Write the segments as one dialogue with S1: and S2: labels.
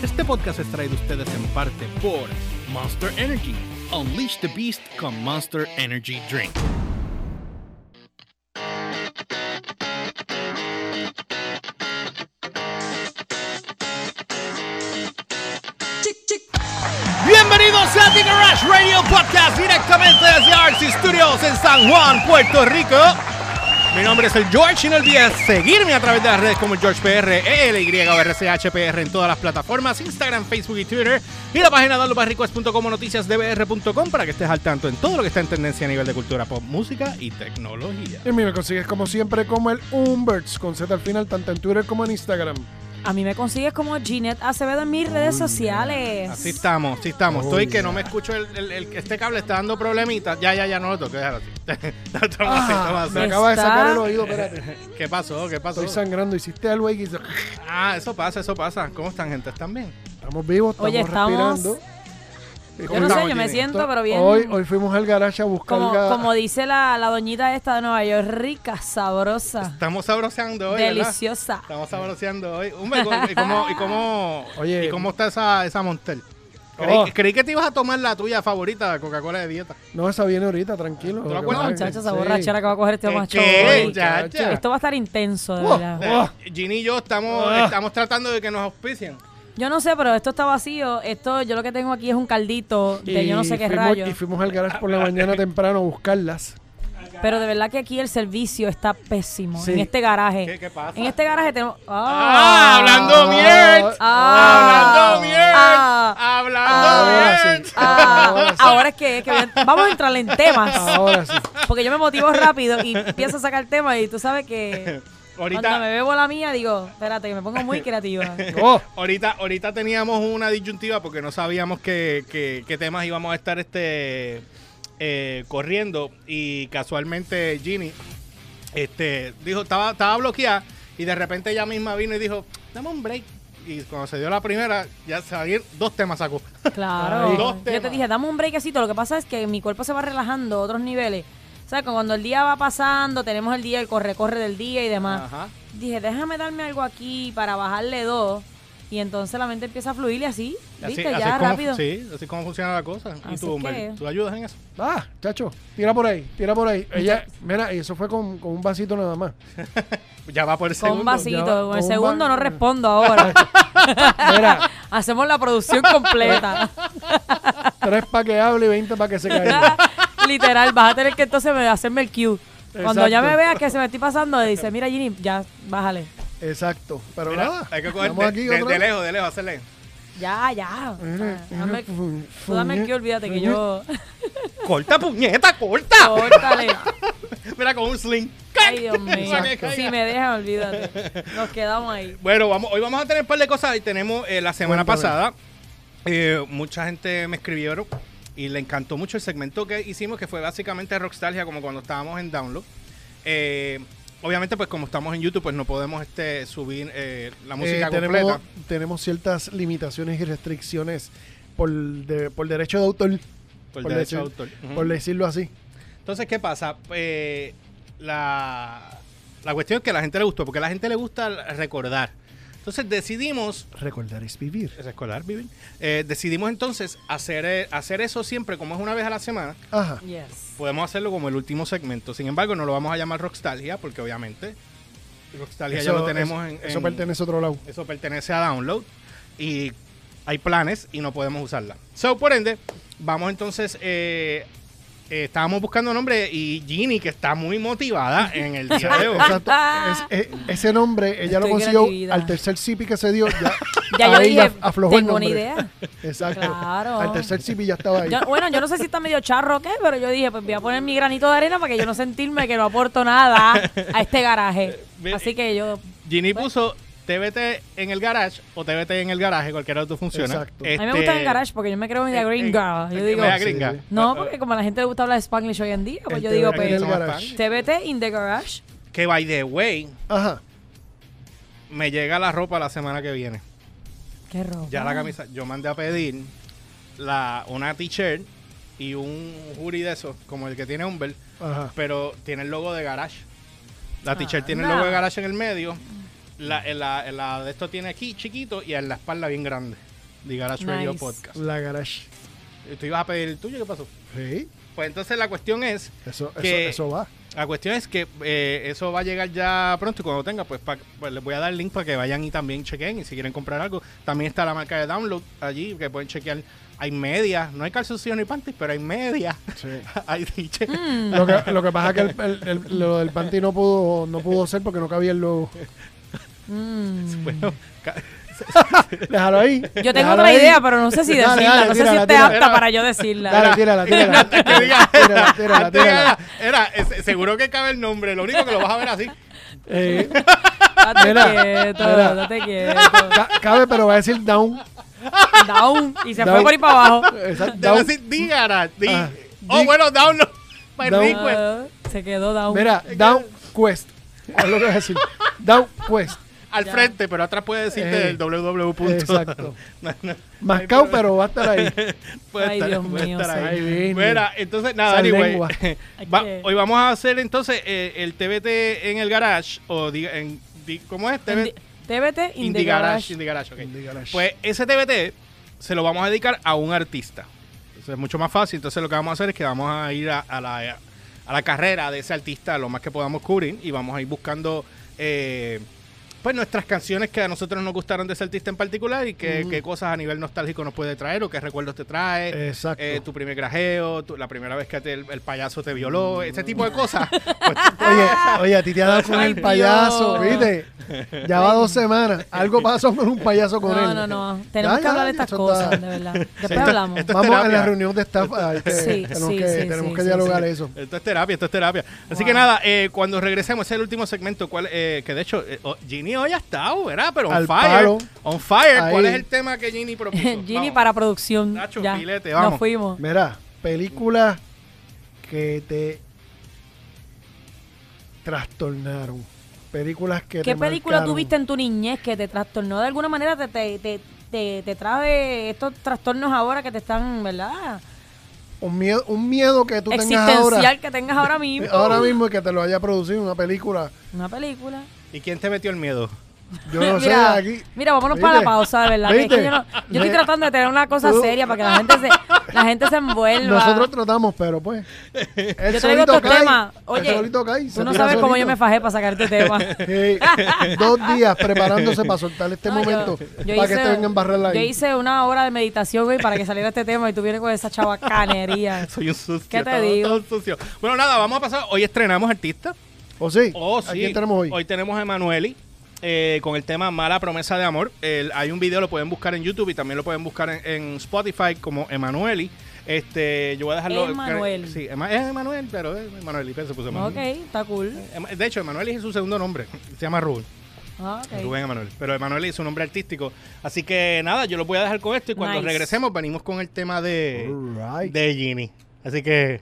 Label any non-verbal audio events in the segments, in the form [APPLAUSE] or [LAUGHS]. S1: Este podcast es traído a ustedes en parte por Monster Energy. Unleash the Beast con Monster Energy Drink. Bienvenidos a The Garage Radio Podcast directamente desde Arts Studios en San Juan, Puerto Rico. Mi nombre es el George y no olvides seguirme a través de las redes como GeorgePR, ELYRCHPR en todas las plataformas, Instagram, Facebook y Twitter. Y la página www.barricuas.com o noticiasdbr.com para que estés al tanto en todo lo que está en tendencia a nivel de cultura pop, música y tecnología.
S2: Y a mí me consigues como siempre como el Umberts con Z al final, tanto en Twitter como en Instagram.
S3: A mí me consigues como Ginette Acevedo en mis redes sociales.
S1: Así estamos, así estamos.
S2: Oh,
S1: Estoy que
S2: yeah.
S1: no me escucho el, el- el- este cable está dando problemitas. Ya, ya, ya, no lo toques, déjalo así. [LAUGHS] Toma así, toma así.
S2: Me acaba de
S3: Está-
S2: sacar el oído, espérate.
S1: ¿Qué pasó? ¿Qué pasó?
S2: Estoy sangrando, hiciste algo ahí. que hizo-
S1: Ah, eso pasa, eso pasa. ¿Cómo están, gente? ¿Están bien?
S2: Estamos vivos, estamos
S3: Oye, estamos-
S2: respirando.
S3: Yo no
S1: estamos,
S3: sé, yo me
S1: Ginette?
S3: siento, pero bien.
S2: Hoy, hoy fuimos al garage a buscar
S3: como,
S2: ga-
S3: como dice la, la doñita esta de Nueva York, rica, sabrosa,
S1: Estamos sabroseando hoy, ¿verdad?
S3: deliciosa.
S1: Estamos sabroseando hoy. Hombre, ¿y cómo- ¿y cómo, y cómo,
S2: [LAUGHS] Oye.
S1: ¿y cómo está esa, esa Montel? Creí,
S2: Oh.
S1: creí que te ibas a tomar la tuya favorita, Coca-Cola de dieta.
S2: No, esa viene ahorita, tranquilo.
S1: ¿Tú la
S2: lo que
S1: acuerdas?
S2: pasa es que-
S3: Muchachos, esa
S2: sí.
S3: borrachera que va a coger este
S1: ¿Qué-
S3: macho.
S1: qué,
S3: hoy.
S1: muchacha?
S3: Esto va a estar intenso, de
S2: Oh.
S3: verdad.
S1: Eh,
S2: Oh.
S1: Ginny y yo estamos,
S2: Ah.
S1: estamos tratando de que nos auspicien.
S3: Yo no sé, pero esto está vacío. Esto, yo lo que tengo aquí es un caldito de yo no sé qué
S2: fuimos,
S3: rayo.
S2: Y fuimos al garage por la mañana temprano a buscarlas.
S3: Pero de verdad que aquí el servicio está pésimo.
S2: Sí.
S3: En este garaje.
S1: ¿Qué- qué pasa?
S3: En este garaje tenemos.
S1: ¡Ah! ¡Hablando mierda!
S3: Ah.
S1: ¡Hablando mierda!
S3: Ah.
S1: ¡Hablando
S2: Ahora
S1: mierda!
S2: sí.
S3: Ah,
S2: Ahora sí.
S3: ahora es que, es que voy a- vamos a entrar en temas.
S2: Ahora sí.
S3: Porque yo me motivo rápido y empiezo a sacar temas. Y tú sabes que cuando me
S1: Ahorita,
S3: bebo la mía, digo, espérate, que me pongo muy creativa.
S2: Oh,
S1: ahorita, ahorita teníamos una disyuntiva porque no sabíamos qué que, qué temas íbamos a estar este eh, corriendo. Y casualmente Ginny este, dijo, estaba, estaba bloqueada y de repente ella misma vino y dijo, dame un break. Y cuando se dio la primera, ya salieron dos temas sacó. Ahí. Dos
S3: Claro. Yo te
S1: temas.
S3: dije, dame un breakcito. Lo que pasa es que mi cuerpo se va relajando a otros niveles. O sea, como cuando el día va pasando, tenemos el día, el corre-corre del día y demás.
S1: Ajá.
S3: Dije, déjame darme algo aquí para bajarle dos. Y entonces la mente empieza a fluir y así, ¿viste?
S1: así
S3: ya
S1: es como-
S3: rápido.
S1: sí, así es como funciona la cosa. y
S3: Así
S1: tú, Humber,
S3: que-
S1: ¿tú ayudas en eso?
S2: ah, chacho, tira por ahí, tira por ahí. Ella, mira, y eso fue con, con un vasito nada más.
S1: Ya va por el
S3: Con
S1: segundo.
S3: un
S2: ya va,
S3: vasito. Con el
S2: con un
S3: segundo
S2: va-
S3: no respondo ahora.
S2: [LAUGHS] Mira,
S3: [LAUGHS] Hacemos la producción
S2: [LAUGHS]
S3: completa.
S2: tres para que hable y 20 para que se
S3: [LAUGHS]
S2: caiga.
S3: Literal, vas a tener que entonces me- hacerme el cue. Cuando ya
S2: Exacto.
S3: me veas que se me estoy pasando, dice, mira Ginny, ya, bájale.
S2: Exacto, pero
S1: Mira,
S2: nada.
S1: hay que coger
S2: Ah, estamos
S1: de, de-
S2: aquí otra
S1: de
S2: vez.
S1: lejos, de lejos, hacerle.
S3: Ya, ya. O sea, dame el- tú dame el cue, olvídate que yo... [LAUGHS]
S1: ¡Corta, puñeta, corta!
S3: Córtale.
S1: [LAUGHS]
S2: [LAUGHS]
S1: Mira, con un sling.
S3: Ay, Dios mío.
S1: Para que caiga.
S3: Si me dejan, olvídate. Nos quedamos ahí.
S1: Bueno, vamos, hoy vamos a tener un par de cosas. Y tenemos eh, la semana
S2: Cuéntame.
S1: pasada, eh, mucha gente me escribieron y le encantó mucho el segmento que hicimos, que fue básicamente Rockstalgia, como cuando estábamos en Download. Eh, obviamente, pues como estamos en YouTube, pues no podemos este, subir eh, la música
S2: Eh,
S1: completa.
S2: tenemos, tenemos ciertas limitaciones y restricciones por, de- por derecho de autor,
S1: Por
S2: por
S1: derecho de
S2: decir-
S1: autor. Ujú.
S2: por decirlo así.
S1: Entonces, ¿qué pasa? Eh, la, la cuestión es que a la gente le gustó, porque a la gente le gusta recordar. Entonces decidimos
S2: Recordar es vivir.
S1: Escolar, vivir. Eh, decidimos entonces hacer, eh, hacer eso siempre, como es una vez a la semana.
S2: Ajá.
S3: Yes.
S1: Podemos hacerlo como el último segmento. Sin embargo, no lo vamos a llamar Rockstalgia, porque obviamente Rockstalgia ya lo tenemos
S2: eso-
S1: en,
S2: eso
S1: en-
S2: pertenece a otro lado.
S1: eso pertenece a Download y hay planes y no podemos usarla. So, por ende, vamos entonces. eh, eh, estábamos buscando nombre y Ginny, que está muy motivada en el día
S2: [LAUGHS]
S1: de hoy.
S2: Exacto. Es- es- Eh, ese nombre, ella lo
S3: Estoy
S2: consiguió
S3: creativa.
S2: al tercer sipi que se dio. Ya,
S3: [LAUGHS] Ya yo
S2: ahí
S3: dije,
S2: af- aflojó el
S3: tengo una
S2: nombre.
S3: idea.
S2: Exacto.
S3: Claro.
S2: Al tercer sipi ya estaba ahí.
S3: Yo- bueno, yo no sé si está medio charro o qué, pero yo dije, pues voy a poner mi granito de arena para que yo no sentirme que no aporto nada a este garaje.
S2: Eh,
S1: Mira,
S3: Así que yo,
S1: Ginny puso TBT en el garage o TBT en el garaje, cualquiera de Este, los dos funciona.
S2: Exacto.
S3: a mí me gusta el garage porque yo me creo
S1: eh,
S2: eh,
S3: media green girl.
S2: este,
S3: Yo digo,
S1: media gringa.
S2: Sí.
S3: no, porque como a la gente le gusta hablar spanglish hoy en día, pues
S2: El
S3: yo digo,
S2: TBT
S1: Aquí
S3: pues,
S2: del
S1: somos
S2: garage.
S1: fan.
S3: TBT in the garage.
S1: uh, Que by the way,
S2: Ajá.
S1: me llega la ropa la semana que viene.
S3: Qué robo.
S1: Ya la camisa, yo mandé a pedir la, una t-shirt y un hoodie de esos, como el que tiene Humber,
S2: Ajá.
S1: pero tiene el logo de Garage. La t-shirt tiene el eh,
S3: Anda.
S1: logo de Garage en el medio. La, la- la de esto tiene aquí chiquito y en la espalda bien grande. The Garage Radio
S3: Nice.
S1: Podcast.
S2: La garage.
S1: Tú ibas a pedir el tuyo, ¿qué pasó?
S2: Sí,
S1: Pues entonces la cuestión es,
S2: eso, eso,
S1: Que-
S2: eso va.
S1: la cuestión es que eh, eso va a llegar ya pronto y cuando lo tenga, pues, pa- pues les voy a dar el link para que vayan y también chequen y si quieren comprar algo. También está la marca de download allí que pueden chequear. Hay medias, no hay calzoncillos ni panties, pero hay medias. [LAUGHS]
S2: Sí.
S1: hay tiche.
S3: Mm.
S2: Lo que, lo que pasa es que el- el- el- lo del panty no pudo, no pudo ser porque no cabía el logo.
S3: Mm.
S1: Bueno, ca-
S2: Déjalo ahí.
S3: Yo tengo
S2: déjalo
S3: otra
S2: ahí.
S3: idea, pero no sé si
S2: Dale,
S3: decirla,
S2: dale,
S3: no sé si
S2: tírala,
S3: esté
S2: tírala.
S3: apta para yo decirla.
S1: [LAUGHS]
S2: Dale, tírala, tírala.
S1: que diga-
S2: Tírala, tírala, tírala.
S1: Era, es- seguro que cabe el nombre, lo único que lo vas a ver
S2: [LAUGHS]
S1: así.
S2: Eh,
S3: Date
S2: Mira,
S3: quieto,
S2: mira.
S3: date quieto.
S2: ca- cabe, pero va a decir down.
S3: Down. Y se
S2: Down.
S3: fue por ahí para abajo.
S2: Esa-
S1: Debe
S2: down.
S1: decir, di garage, di.
S2: Ah,
S1: oh,
S2: di-
S1: bueno, download. My
S2: Down-
S1: request.
S3: Ah, se quedó down.
S2: Mira, down quest. Es lo que va a decir. Down quest.
S1: al
S3: Ya.
S1: frente, pero atrás puede decirte
S2: Ey.
S1: el www.
S2: Eh, Exacto.
S1: [LAUGHS] No, no,
S2: Mascao, pero va a estar ahí.
S1: puede
S3: Ay,
S1: estar-
S3: Dios
S1: puede
S3: mío,
S1: estar ahí.
S2: Ahí viene.
S1: Mira, entonces, nada,
S2: Esa
S1: anyway. [LAUGHS]
S2: lengua.
S1: va-
S3: Hay que-
S1: hoy vamos a hacer entonces eh, el TBT en el garage, o diga, en, di- ¿cómo es? TBT
S3: Indi- TBT in the garage.
S1: in the garage, ok.
S2: Indie Garage.
S1: Pues ese TBT se lo vamos a dedicar a un artista. Entonces es mucho más fácil. Entonces lo que vamos a hacer es que vamos a ir a, a la, a la carrera de ese artista lo más que podamos cubrir y vamos a ir buscando eh, pues nuestras canciones que a nosotros nos gustaron de ese artista en particular y que- qué
S2: Ujú.
S1: cosas a nivel nostálgico nos puede traer o qué recuerdos te trae.
S2: Exacto.
S1: eh, tu primer grajeo, tu- la primera vez que te- el, el payaso te violó, ese tipo de
S2: Mm. [LAUGHS]
S1: cosas. Pues,
S2: Oye, oye, a ti te ha dado con
S3: Ay,
S2: el payaso,
S3: Dios.
S2: ¿viste? Ya va dos semanas. Algo pasó con un payaso con él.
S3: No, no, no. Tenemos
S2: Ya,
S3: que
S2: ya,
S3: hablar de
S2: ya,
S3: estas
S2: eso está-
S3: cosas,
S2: [LAUGHS]
S3: de verdad. Después
S1: esto-
S3: hablamos. [LAUGHS]
S1: esto- es
S2: Vamos a
S1: terapia.
S2: la reunión de staff. hay que-
S3: Sí,
S2: tenemos
S3: sí,
S2: que,
S3: sí,
S2: tenemos
S3: sí,
S2: que
S3: sí,
S2: dialogar eso.
S1: Esto es terapia, esto es terapia. Así
S3: Wow.
S1: que nada, eh, cuando regresemos, ese es el último segmento, cuál, eh, que de hecho, eh, oh, Ginny hoy ha estado, ¿verdad? Pero on
S2: Al
S1: fire.
S2: palo.
S1: On fire, ¿cuál
S2: Ahí.
S1: es el tema que Ginny propuso?
S3: [LAUGHS] Ginny
S1: Vamos.
S3: para producción.
S1: Nacho,
S3: ya.
S1: filete,
S3: Nos
S1: vamos.
S3: fuimos.
S2: Mira, películas que te trastornaron. Películas que
S3: ¿Qué
S2: te
S3: película
S2: marcaron.
S3: tuviste en tu niñez que te trastornó? De alguna manera te, te, te, te, te trae estos trastornos ahora que te están, ¿verdad?
S2: Un miedo, un miedo que tú tengas
S3: Existencial
S2: ahora,
S3: que tengas ahora mismo.
S2: [LAUGHS] ahora mismo y que te lo haya producido una película.
S3: Una película.
S1: ¿Y quién te metió el miedo? [LAUGHS]
S2: Yo
S3: [LAUGHS]
S2: no sé,
S3: mira,
S2: aquí.
S3: mira, vámonos
S2: ¿Viste?
S3: para la pausa, de verdad. que es que
S2: ¿Viste? Eh,
S3: yo, no- yo estoy
S2: Le-
S3: tratando de tener una cosa
S2: Tú-
S3: seria para que la gente se, la gente se envuelva.
S2: Nosotros tratamos, pero pues. El
S3: ah. yo traigo
S2: solito
S3: otro
S2: cae,
S3: tema.
S2: el
S3: Oye,
S2: solito cae, se
S3: tú no
S2: tira
S3: sabes cómo yo
S2: solito.
S3: me fajé para sacar este tema.
S2: [LAUGHS] Eh, dos días preparándose para soltar este
S3: No,
S2: momento
S3: yo- yo
S2: para que
S3: hice-
S2: te vengan a barrer la
S3: Yo hice una hora de meditación, güey, para que saliera este tema y tú vienes con esa chabacanería.
S1: [LAUGHS] Soy un sucio.
S3: ¿Qué te
S1: estaba
S3: digo?
S1: todo sucio. Bueno, nada, vamos a pasar. Hoy estrenamos artista.
S2: ¿O sí?
S1: Oh,
S2: ¿A
S1: sí.
S2: quién tenemos hoy?
S1: Hoy tenemos a Emanueli eh, con el tema Mala Promesa de Amor. El- hay un video, lo pueden buscar en YouTube y también lo pueden buscar en, en Spotify como Emanueli. Este, yo voy a dejarlo. eh,
S3: Emanueli.
S1: Sí, Ema- es Emanuel, pero es Emanueli. pero se puso
S3: ok,
S1: Emanuel.
S3: está cool.
S1: Ema- De hecho, Emanuel es su segundo nombre. Se llama Rubén.
S3: Ah, ok.
S1: Rubén Emanuel. Pero Emanuel es su nombre artístico. Así que nada, yo lo voy a dejar con esto y cuando
S3: Nice.
S1: regresemos venimos con el tema de,
S2: Alright.
S1: de Ginny. Así que.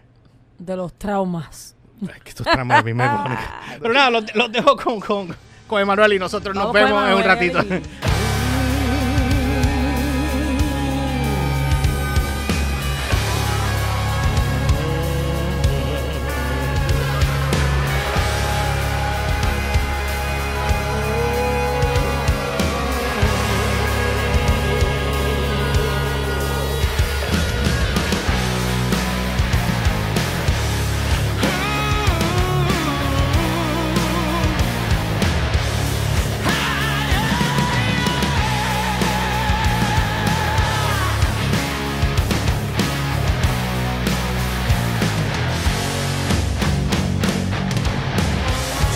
S3: De los traumas.
S1: Ay, que estos tramas a
S3: [LAUGHS]
S1: mí me ponen. Pero nada, los, los dejo con, con, con Emanuel y nosotros nos
S3: Vamos con
S1: vemos en un
S3: Emanuel.
S1: ratito.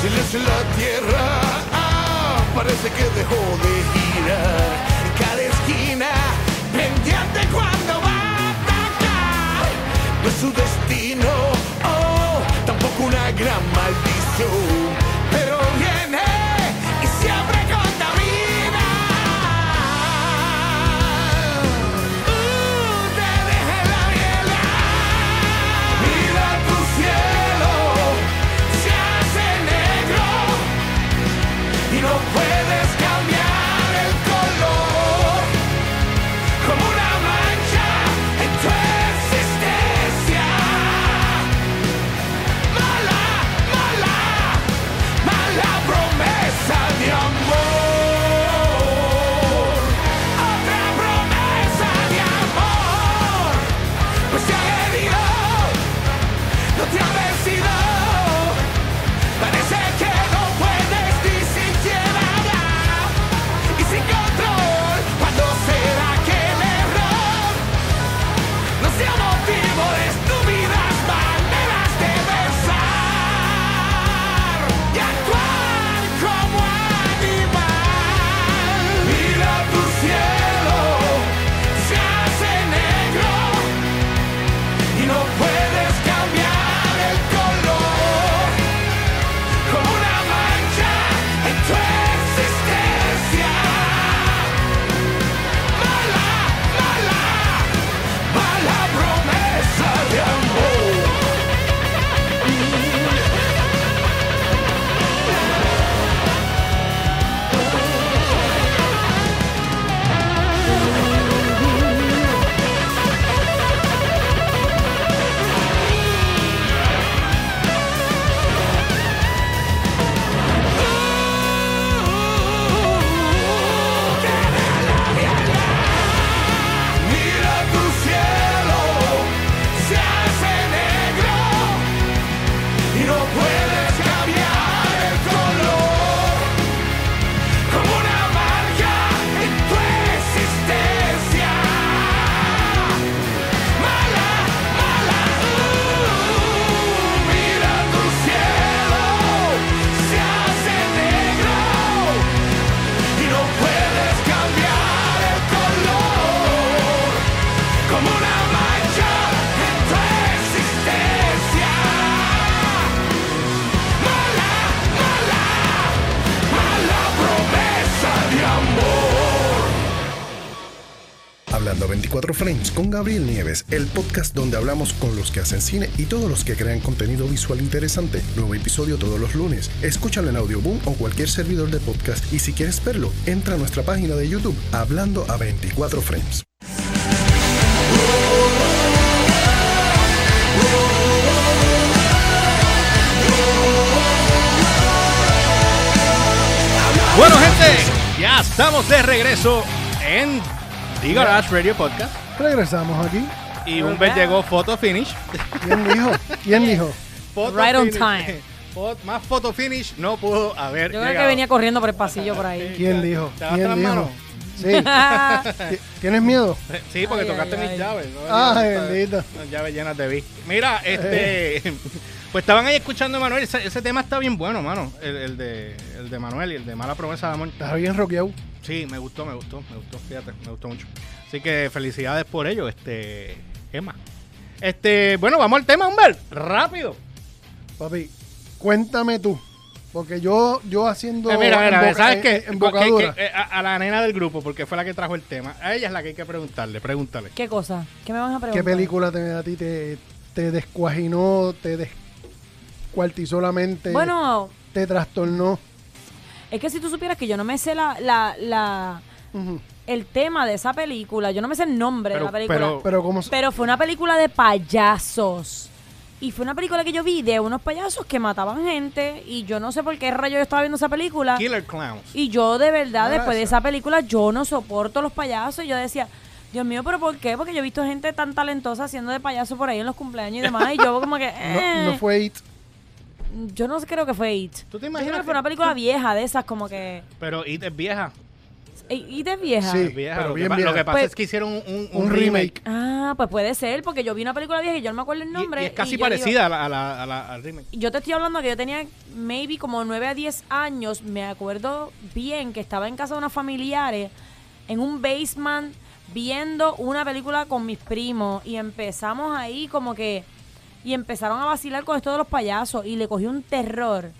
S4: Silencio en la tierra, ah, parece que dejó de girar. En cada esquina, pendiente cuando va a atacar. No es su destino, oh, tampoco una gran maldición. Pero viene y siempre contamina. Uh, te deja en la miel. Mira tu cielo, se hace negro y no puedes cambiar el color como una mancha en tu existencia. Mala, mala, Pues
S5: Hablando a 24 Frames con Gabriel Nieves, el podcast donde hablamos con los que hacen cine y todos los que crean contenido visual interesante. Nuevo episodio todos los lunes. Escúchalo en Audioboom o cualquier servidor de podcast y si quieres verlo, entra a nuestra página de YouTube Hablando a 24 Frames.
S1: Bueno, gente, ya estamos de regreso en The Garage Radio Podcast.
S2: Regresamos aquí.
S1: Y Humbert llegó Photo Finish.
S2: ¿Quién dijo?
S3: [LAUGHS]
S2: ¿Quién dijo?
S1: Photo
S3: Right on
S1: finish.
S3: time.
S1: [LAUGHS] Fo- más Photo Finish no pudo haber
S3: Yo creo
S1: llegado.
S3: que venía corriendo por el pasillo por ahí.
S2: ¿Quién dijo?
S1: ¿Te lavaste
S2: ¿Quién
S1: las
S2: dijo?
S1: manos?
S2: Sí. ¿Ti- ¿Tienes miedo?
S1: Sí, porque
S3: Ay,
S1: tocaste
S3: ay,
S1: mis
S3: ay. Ah,
S1: llaves. ¿no?
S2: Ay,
S1: Las
S2: bendito.
S1: Las llaves llenas de vi.
S3: [LAUGHS]
S1: Mira, este. Pues estaban ahí escuchando a Manuel. Ese, ese tema está bien bueno, mano. El, el de, el de Manuel y el de Mala Promesa de Amor.
S3: Ah.
S2: Estás bien rockeado.
S1: Sí, me gustó, me gustó, me gustó. Fíjate, me gustó mucho. Así que felicidades por ello, este. Emma. Este, bueno, vamos al tema, Humbert. Rápido.
S2: Papi, cuéntame tú. Porque yo, yo haciendo.
S1: Eh, mira, mira,
S2: emboca-
S1: ¿sabes
S2: eh,
S1: qué?
S2: Embocadura.
S1: Que- que- eh, a, a la nena del grupo, porque fue la que trajo el tema. A ella es la que hay que preguntarle, pregúntale.
S3: ¿Qué cosa? ¿Qué me van a preguntar?
S2: ¿Qué película te, a ti te, te descuajinó, te descuartizó la mente,
S3: Bueno,
S2: te trastornó?
S3: es que si tú supieras que yo no me sé la, la, la-
S2: Ujú.
S3: el tema de esa película, yo no me sé el nombre
S1: Pero-
S3: de la película.
S1: pero-
S2: Pero como... se-
S3: Pero fue una película de payasos. Y fue una película que yo vi de unos payasos que mataban gente. Y yo no sé por qué rayo yo estaba viendo esa película.
S1: Killer Clowns.
S3: Ah. Y yo de
S1: No
S3: verdad,
S1: era
S3: después de
S1: esa.
S3: esa película, yo no soporto los payasos. Y yo decía, Dios mío, pero ¿por qué? Porque yo he visto gente tan talentosa haciendo de payaso por ahí en los cumpleaños y demás. Y yo
S1: [LAUGHS]
S3: como que...
S2: no, no
S3: eh.
S2: fue It.
S3: Yo no creo que fue It.
S1: ¿Tú te
S3: Yo
S1: imaginas
S3: creo que
S1: que-
S3: fue una película vieja de esas, como que...
S1: Pero It es vieja.
S3: Eh, ¿It es vieja?
S2: Sí,
S1: es vieja.
S2: pero
S1: lo,
S2: bien
S1: que pa- lo
S2: vieja.
S1: que pasa
S3: Pues-
S1: es que hicieron un, un-
S2: Un,
S1: un
S2: remake.
S3: Ah, pues puede ser, porque yo vi una película vieja y yo no me acuerdo el
S1: Y-
S3: nombre.
S1: y, es casi
S3: yo digo-
S1: parecida a la- a la- a la- al remake.
S3: yo te estoy hablando que yo tenía maybe como 9 a 10 años, me acuerdo bien que estaba en casa de unos familiares, en un basement, viendo una película con mis primos y empezamos ahí como que, y empezaron a vacilar con esto de los payasos y le cogí un terror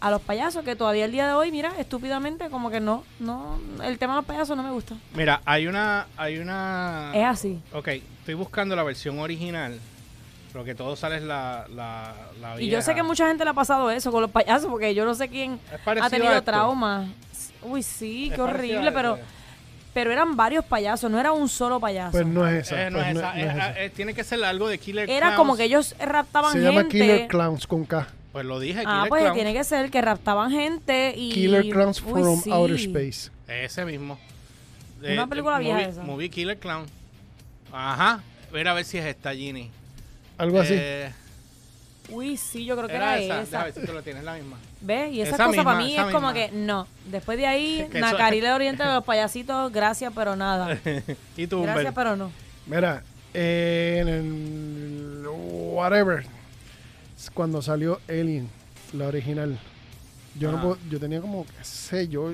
S3: a los payasos que todavía el día de hoy, mira, estúpidamente como que no, no, el tema de los payasos no me gusta.
S1: Mira, hay una. Hay una
S3: Es así.
S1: Ok, estoy buscando la versión original. Lo que todo sale es la, la, la
S3: Y yo sé
S1: vieja.
S3: que mucha gente le ha pasado eso con los payasos, porque yo no sé quién
S1: Es parecido
S3: ha
S1: a
S3: tenido
S1: esto.
S3: trauma. Uy, sí,
S1: Es
S3: qué
S1: parecido a
S3: horrible,
S1: esto.
S3: pero, pero eran varios payasos, no era un solo payaso.
S2: Pues no es esa.
S1: Eh, no
S2: pues
S1: es
S2: no-
S1: esa,
S2: no es
S1: es-
S2: esa.
S1: eh, tiene que ser algo de Killer
S3: era
S1: Clowns.
S3: como que ellos raptaban
S2: Se llama
S3: gente.
S2: Killer Clowns con K.
S1: Pues lo dije,
S3: ah,
S1: Killer
S3: pues
S1: Clowns.
S3: tiene que ser que raptaban gente y
S2: Killer Clowns
S3: Uy,
S2: from
S3: sí.
S2: Outer Space.
S1: Ese mismo. Eh,
S3: Una película vieja
S1: movie,
S3: esa.
S1: Movie Killer Clown. Ajá. Mira a ver si es esta, Ginny.
S2: Algo así.
S1: Eh,
S3: Uy, sí, yo creo que
S1: era
S3: era,
S1: esa.
S3: esa.
S1: Déjame ver si tú la tienes, la misma. [LAUGHS]
S3: ¿Ves? Y esa,
S1: Esa
S3: cosa
S1: misma,
S3: para mí es
S1: esa
S3: como
S1: misma.
S3: que no. Después de ahí,
S1: [LAUGHS] Que eso-
S3: Nacarí le orienta a los payasitos, gracias,
S1: [LAUGHS]
S3: pero nada.
S1: y tú,
S3: Gracias,
S1: Humberto.
S3: pero no.
S2: Mira, eh, en el. Whatever. Es Cuando salió Alien, la original. Yo no
S1: Ajá.
S2: puedo- Yo tenía como. qué sé yo.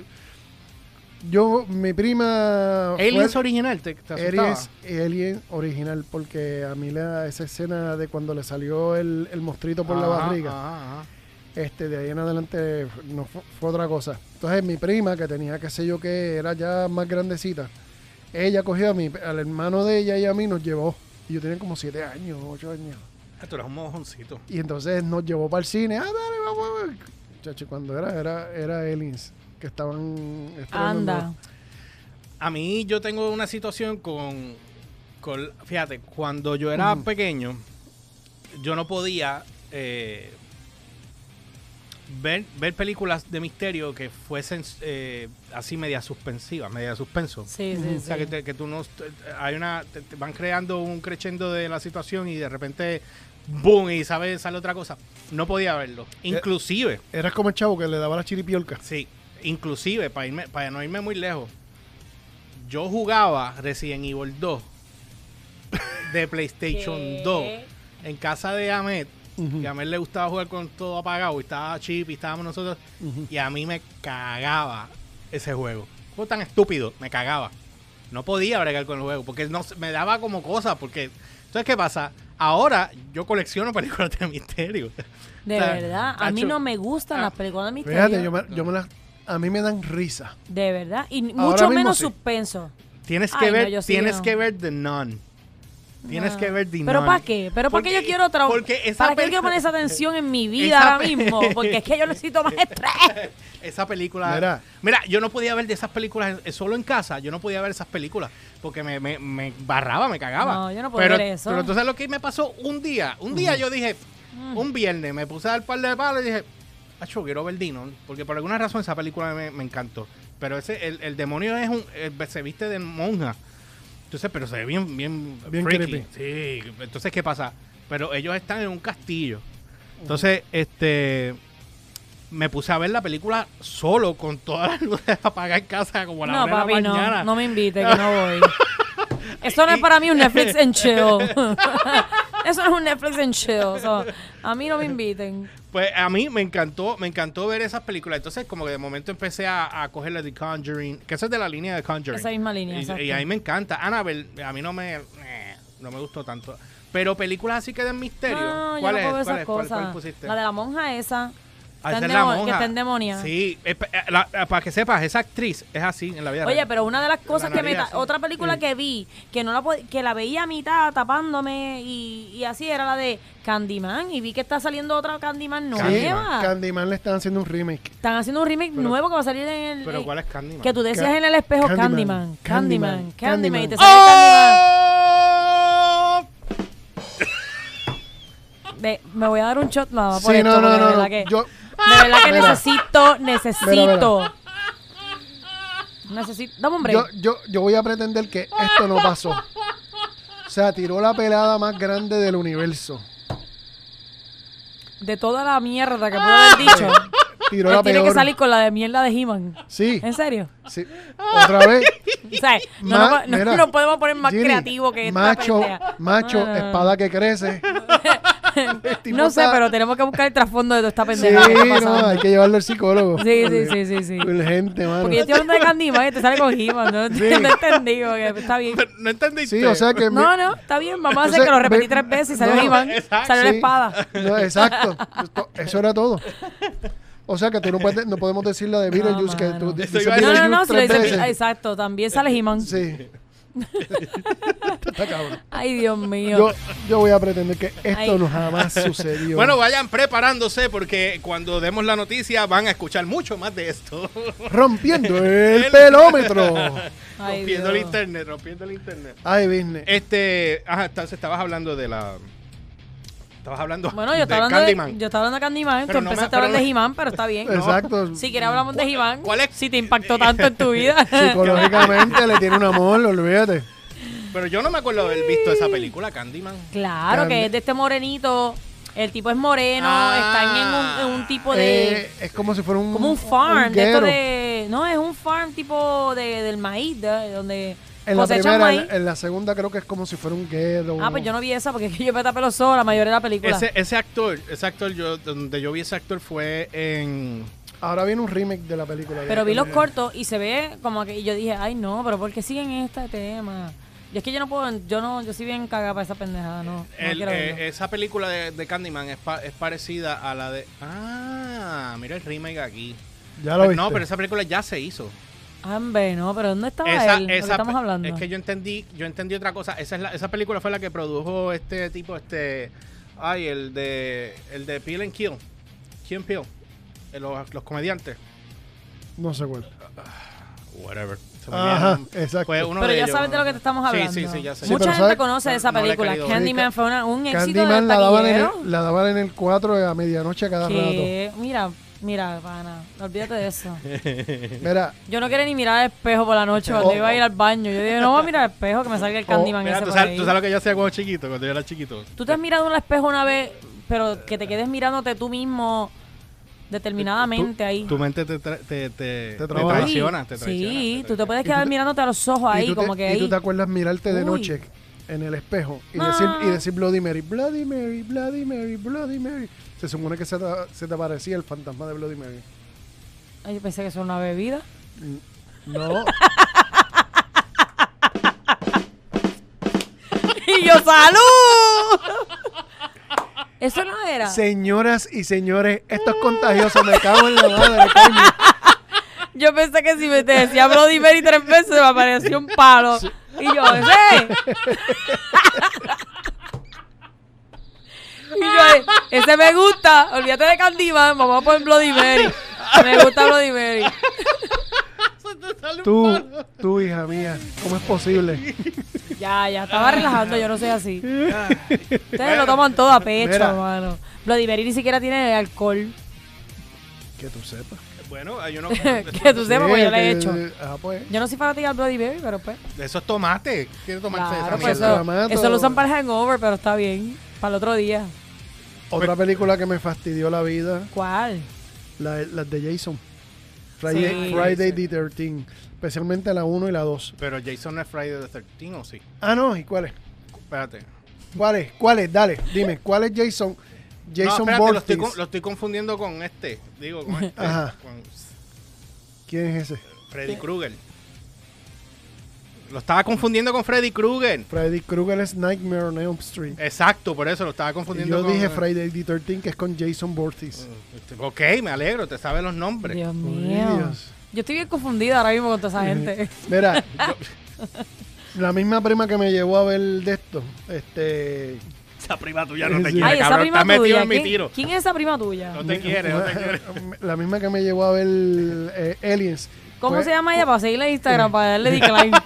S2: Yo, mi prima. fue-
S1: Aliens original, te, te asustaba?
S2: Aliens, Alien original, porque a mí la, esa escena de cuando le salió el, el mostrito por la
S1: Ajá,
S2: barriga,
S1: ajá, ajá.
S2: este de ahí en adelante no fu- fue, otra cosa. Entonces mi prima, que tenía qué sé yo que era ya más grandecita, ella cogió a mi, al hermano de ella y a mí nos llevó. Y yo tenía como siete años, ocho años.
S1: Ah, Tú eras un mojoncito.
S2: Y entonces nos llevó para el cine. Ah, dale, vamos, vamos. Chacho, cuando era, era, era Aliens, que estaban estrenando.
S3: Anda.
S1: A mí yo tengo una situación con, con- fíjate, cuando yo era pequeño, yo no podía eh, ver, ver películas de misterio que fuesen eh, así media suspensivas, media suspenso.
S3: Sí, sí,
S1: [LAUGHS] O sea, que,
S3: sí.
S1: te- que tú no. Hay una, te- te van creando un crescendo de la situación y de repente, ¡boom! Y sabe, sale otra cosa. No podía verlo.
S2: Eh,
S1: Inclusive,
S2: Eras como el chavo que le daba la chiripiolca.
S1: sí, inclusive, para, irme, para no irme muy lejos, yo jugaba Resident Evil 2
S3: [LAUGHS]
S1: de PlayStation
S3: ¿Qué?
S1: 2 en casa de Ahmed.
S2: Ujú.
S1: Y a Ahmed le gustaba jugar con todo apagado. Y estaba chip y estábamos nosotros.
S2: Ujú.
S1: Y a mí me cagaba ese juego. Fue tan estúpido, me cagaba. No podía bregar con el juego porque no, se- me daba como cosa. Porque, entonces, ¿qué pasa? Ahora yo colecciono películas de misterio.
S3: De
S1: O sea, ah,
S3: verdad, a mí
S1: tacho,
S3: no me gustan las películas de misterio.
S2: Fíjate, yo me, yo me las. A mí me dan risa.
S3: De verdad. Y n-
S2: Ahora
S3: mucho
S2: mismo
S3: menos
S2: sí.
S3: suspenso.
S1: Tienes que
S3: Ay, no,
S1: ver,
S3: yo sí,
S1: tienes
S3: no.
S1: que ver The Nun. Tienes
S3: Ah.
S1: que ver The Nun.
S3: ¿Pero para qué? ¿Pero para qué yo
S1: Porque-
S3: quiero tra-
S1: porque esa
S3: ¿Para qué yo
S1: peli-
S3: quiero poner esa atención en mi vida
S1: Esa
S3: ahora
S1: pe-
S3: mismo? Porque es que yo
S1: [LAUGHS]
S3: necesito más estrés.
S1: Esa película. Mira.
S2: Mira.
S1: yo no podía ver de esas películas eh, solo en casa. Yo no podía ver esas películas porque me, me- me barraba, me cagaba.
S3: No, yo no puedo
S1: pero,
S3: ver eso.
S1: Pero entonces lo que me pasó un día, un día yo dije,
S3: Mm.
S1: un viernes, me puse al par de palos y dije, acho, quiero ver Dino. Porque por alguna razón esa película me, me encantó. Pero ese, el, el demonio es un, el- se viste de monja. Entonces, pero se ve bien, bien,
S2: Bien
S1: freaky. Sí, entonces, ¿qué pasa? Pero ellos están en un castillo. Entonces, este me puse a ver la película solo con todas las luces [LAUGHS] apagadas en casa como a la
S3: No,
S1: hora
S3: papi,
S1: de la mañana.
S3: no. No me invite, que no
S1: [LAUGHS]
S3: voy. Eso no es para mí un Netflix en chill. [LAUGHS] Eso no es un Netflix en chill. so, a mí no me inviten.
S1: Pues a mí me encantó, me encantó ver esas películas. Entonces, como que de momento empecé a, a coger la de Conjuring, que esa es de la línea de Conjuring.
S3: Esa misma línea,
S1: Y-
S3: exacto.
S1: Y, a mí me encanta. Annabelle, a mí no me, eh, no me gustó tanto. Pero películas así que de misterio.
S3: No, yo no
S1: ¿Cuál es?
S3: puedo
S1: ¿Cuál
S3: ver esas
S1: es? ¿Cuál-
S3: cosas.
S1: cuál pusiste?
S3: La de la monja esa.
S1: Ah, esa
S3: Está en
S1: es la
S3: demo-
S1: monja.
S3: Que está en demonia.
S1: Sí, es pa- eh, la- eh, para que sepas, esa actriz es así en la vida
S3: Oye,
S1: real.
S3: pero una de las cosas que me...
S1: nariz
S3: ta-
S1: así.
S3: Otra película
S1: Sí.
S3: que vi, que no la pod- que la veía a mitad tapándome y, y así, era la de Candyman. Y vi que está saliendo otra Candyman nueva.
S1: Candyman.
S2: Candyman le están haciendo un remake.
S3: Están haciendo un remake nuevo que va a salir en el...
S1: Pero
S3: en-
S1: ¿cuál es Candyman?
S3: Que tú decías en el espejo Candyman,
S2: Candyman,
S3: Candyman, Candyman,
S2: Candyman,
S3: y te
S2: Candyman.
S3: sale Candyman.
S1: ¡Oh!
S3: Ve, me voy a dar un shot nada por
S2: Sí,
S3: esto,
S2: no, no,
S3: porque de
S2: no,
S3: verdad
S2: no,
S3: que,
S2: yo-
S3: de verdad que
S2: Mira.
S3: necesito, necesito.
S2: Mira,
S3: Necesito, dame un break.
S2: Yo, yo, yo voy a pretender que esto no pasó. O sea, tiró la pelada más grande del universo.
S3: de toda la mierda que puedo haber dicho.
S2: Tiró
S3: Él
S2: la
S3: Pues tiene
S2: peor.
S3: que salir con la de mierda de He-Man.
S2: Sí,
S3: ¿En serio?
S2: sí. Otra vez.
S3: O sea, [LAUGHS] no,
S2: Ma-
S3: no- no-
S2: mira,
S3: no podemos poner más
S2: Ginny,
S3: creativo que esta
S2: Macho,
S3: pendeja.
S2: macho,
S3: No, no, no.
S2: espada que
S3: [LAUGHS]
S2: crece. El tipo
S3: No sé,
S2: está-
S3: pero tenemos que buscar el trasfondo de toda esta
S2: Sí,
S3: pendeja. que está
S2: no,
S3: pasando.
S2: hay que llevarlo al psicólogo.
S3: sí, sí, sí, sí, sí.
S2: Urgente, mano.
S3: Porque yo estoy hablando de Candyman y te sale con
S2: [LAUGHS]
S3: He-Man. No, no entendí, porque está bien.
S1: No entendiste.
S2: Sí, o sea que... mi-
S3: No, no, está bien. Vamos a hacer
S2: Entonces,
S3: que lo
S2: ve-
S3: repetí tres veces y salió
S2: no,
S3: Iván,
S1: exacto,
S3: salió la
S2: Ah, Sí.
S3: espada.
S2: [LAUGHS] No, exacto. Esto- Eso era todo. O sea que tú no, puedes, no podemos decir la de Beetlejuice que
S3: mano.
S2: tú
S3: Eso
S2: dices
S1: iba a
S3: No,
S1: Beetlejuice
S3: no, no, si lo
S2: tres
S3: dice
S2: veces.
S3: Pi- exacto, también sale He-Man.
S2: Sí. Esto está cabrón.
S3: Ay, Dios mío.
S2: Yo, yo voy a pretender que esto
S3: Ay.
S2: no jamás
S3: [LAUGHS]
S2: sucedió.
S1: Bueno, vayan preparándose porque cuando demos la noticia van a escuchar mucho más de esto. [LAUGHS]
S2: rompiendo el pelómetro.
S3: Ay,
S1: rompiendo el
S3: Dios.
S1: internet, rompiendo el internet.
S2: Ay, business.
S3: [LAUGHS]
S1: Este, ajá, entonces estabas hablando de la estabas hablando
S3: Bueno, yo
S1: de
S3: estaba hablando
S1: Candyman.
S3: de, yo estaba hablando de Candyman, tú
S1: Pero no me-
S3: empezaste a
S1: pero
S3: hablar de
S1: no-
S3: He-Man, pero está bien.
S2: Exacto.
S3: Si quieres hablamos de He-Man,
S1: ¿Cuál es? pues.
S3: si te impactó
S1: [LAUGHS]
S3: tanto en tu vida.
S2: Psicológicamente le tiene un amor, olvídate.
S1: Pero yo no me acuerdo haber visto esa película Candyman.
S3: [LAUGHS] claro, que es de este morenito, el tipo es moreno,
S1: Ah.
S3: están en un, en un tipo de...
S2: Eh, es como si fuera un.
S3: como un farm, de esto
S2: guero.
S3: de... No, es un farm tipo de, del maíz, de- donde
S2: En la
S3: cosechan
S2: primera, en
S3: maíz.
S2: la, en la segunda creo que es como si fuera un guero.
S3: Ah, pues yo no vi esa porque [LAUGHS] es que yo me tapé los ojos la mayoría de la película.
S1: Ese, ese actor, ese actor yo donde yo vi ese actor fue en
S2: Ahora viene un remake de la película. eh, de
S3: Pero vi los
S2: Candyman.
S3: cortos y se ve como que y yo dije, ay no, pero ¿por qué siguen este tema? Y es que yo no puedo, yo no, yo soy bien cagada para esa pendejada, no. no
S1: el-
S3: quiero
S1: eh,
S3: verlo.
S1: esa película de, de Candyman es, pa- es parecida a la de Ah, mira el remake aquí.
S2: Ya lo viste.
S1: Pues no, pero esa película ya se hizo.
S3: Ah, hombre, no, pero ¿dónde estaba
S1: Esa-
S3: él? ¿De qué
S1: esa
S3: estamos
S1: pe-
S3: hablando?
S1: Es que yo entendí, yo entendí otra cosa. Esa, es la- esa película fue la que produjo este tipo, este. Ay, el de. El de Peel and Kill. Kill and Peel. Eh, Los, los comediantes.
S2: No se cuál.
S1: Whatever. Se me
S2: Ajá,
S1: olvidaron.
S2: exacto.
S1: Fue uno
S3: pero
S1: de
S3: ya
S1: ellos,
S3: sabes de
S1: ¿no?
S3: lo que te estamos
S1: Sí,
S3: hablando.
S1: Sí, sí, ya sé.
S3: Mucha
S2: pero
S3: gente
S2: ¿sabes?
S3: conoce
S1: No-
S3: esa
S1: no le he
S3: película.
S1: querido-
S3: Candyman fue una- un éxito
S2: Candyman la daban, en
S3: taquillero.
S2: el, la daban en el 4 a medianoche a cada
S3: Que- Mira, mira, pana, olvídate de eso.
S2: rato. Mira,
S3: Yo no quería ni mirar al espejo por la noche cuando
S2: [LAUGHS] Oh.
S3: iba a ir al baño. Yo dije, no voy a mirar al espejo que me salga el Candyman
S1: Mira,
S3: ese
S1: tú,
S3: por
S1: sabes,
S3: ahí.
S1: tú sabes lo que yo hacía cuando chiquito, cuando yo era chiquito.
S3: Tú te has mirado en el espejo una vez, pero que te quedes mirándote tú mismo determinadamente ahí.
S1: Tu mente te, tra- te, te, te
S2: trabaja.
S1: traiciona. Te traiciona,
S3: sí,
S1: te
S3: tú te
S1: traiciona.
S3: puedes quedar mirándote a los ojos
S2: y,
S3: ahí,
S2: tú
S3: como
S2: te,
S3: que
S2: y tú
S3: ahí.
S2: te acuerdas mirarte de
S3: Uy. Ah.
S2: noche en el espejo y,
S3: Ma.
S2: decir, y decir Bloody Mary, Bloody Mary, Bloody Mary, Bloody Mary. Se supone que se te, se te aparecía el fantasma de Bloody Mary.
S3: Ay, yo pensé que eso era una bebida. [LAUGHS]
S2: No,
S3: y [LAUGHS] yo, ¡salud! eso no era. [LAUGHS]
S2: señoras y señores, esto es contagioso, me cago en la madre, coño.
S3: Yo pensé que si me te decía Bloody Mary tres veces me apareció un palo. Y yo, ¡ese! y yo, ese me gusta. Olvídate de Candyman, vamos a poner Bloody Mary. Me gusta Bloody Mary.
S2: Tú, tú, hija mía, ¿cómo es posible?
S3: Ya, ya, estaba relajando, yo no soy así. Ustedes lo toman todo a pecho,
S2: Mira.
S3: mano. Bloody Mary ni siquiera tiene alcohol.
S2: Que tú sepas.
S1: Bueno, hay uno.
S3: [LAUGHS] que tú sepas, porque Pues yo la he
S2: Sí,
S3: hecho.
S2: que- Ah, pues.
S3: Yo no soy fanática del Bloody Mary, pero pues.
S1: Eso es tomate. Quiere tomarse
S3: Claro,
S1: esa
S3: pues
S1: mierda.
S3: eso,
S2: Clamato.
S3: eso lo usan para el hangover, pero está bien. Para el otro día.
S2: Otra película que me fastidió la vida,
S3: ¿Cuál?
S2: la- las de Jason. Friday,
S3: Sí.
S2: Friday the 13 especialmente la 1 y la 2.
S1: Pero Jason no es Friday the 13 o sí.
S2: Ah, no, ¿y cuáles?
S1: Espérate.
S2: ¿Cuáles? ¿Cuáles? Dale, dime, ¿cuál es Jason?
S1: No,
S2: Jason
S1: espérate, lo estoy,
S2: Voorhees.
S1: con- lo estoy confundiendo con este. Digo, con este.
S2: Ajá.
S1: Con
S2: ¿Quién es ese?
S1: Freddy Krueger. Lo estaba confundiendo con Freddy Krueger.
S2: Freddy Krueger es Nightmare on Elm Street.
S1: Exacto, por eso lo estaba
S2: Y
S1: confundiendo
S2: yo
S1: con. este,
S2: dije Friday the 13 que es con Jason Voorhees.
S1: Ok, me alegro, te sabes los nombres.
S3: Dios mío.
S2: Dios.
S3: Yo estoy bien confundida ahora mismo con toda esa gente.
S2: Mira, la misma prima que me llevó a ver de esto, este,
S1: Esa prima tuya no te
S2: Sí.
S1: quiere,
S3: Ay, esa
S1: cabrón.
S3: prima
S1: Estás metido
S3: tuya.
S1: en mi
S3: ¿Quién,
S1: tiro. Pues,
S3: quién es esa prima tuya?
S1: No te quiere, no te
S2: [LAUGHS]
S1: quiere.
S2: la misma que me llevó a ver eh, Aliens.
S3: ¿Cómo
S2: Pues,
S3: se llama ella? Para seguirla en Instagram, para
S1: [LAUGHS]
S3: darle decline.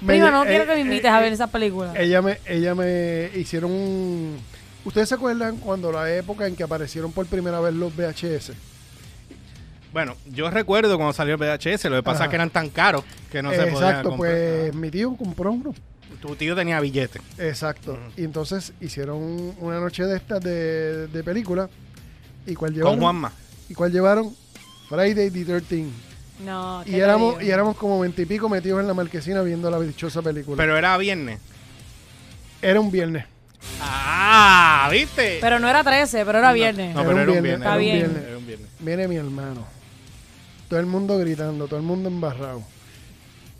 S2: me
S3: Prima,
S2: lle-
S3: no
S2: eh,
S3: quiero que me
S2: eh,
S3: invites a ver esas películas.
S1: eh,
S2: Ella me, ella me hicieron un... ¿Ustedes se acuerdan cuando la época en que aparecieron por primera vez los VHS?
S1: Bueno, yo recuerdo cuando salió el VHS, lo que pasa es
S2: Ajá.
S1: que eran tan caros que no se podían
S2: Exacto,
S1: comprar. Ah.
S2: pues mi tío compró uno.
S1: Tu tío tenía billete.
S2: Exacto. Y entonces hicieron una noche de estas de, de película. ¿Y cuál llevaron?
S1: Con Juanma.
S2: ¿Y cuál llevaron? Friday the 13.
S3: No, ¿qué
S2: Y
S3: te
S2: éramos,
S3: digo?
S2: y éramos como veintipico metidos en la marquesina viendo la dichosa película.
S1: Pero era viernes.
S2: Era un viernes.
S1: Ah, ¿viste?
S3: Pero no era 13, pero era viernes.
S1: no, pero era un viernes.
S2: era
S3: Está
S2: un
S3: bien.
S2: viernes.
S1: Era un viernes.
S2: Viene mi hermano. Todo el mundo gritando, todo el mundo embarrado.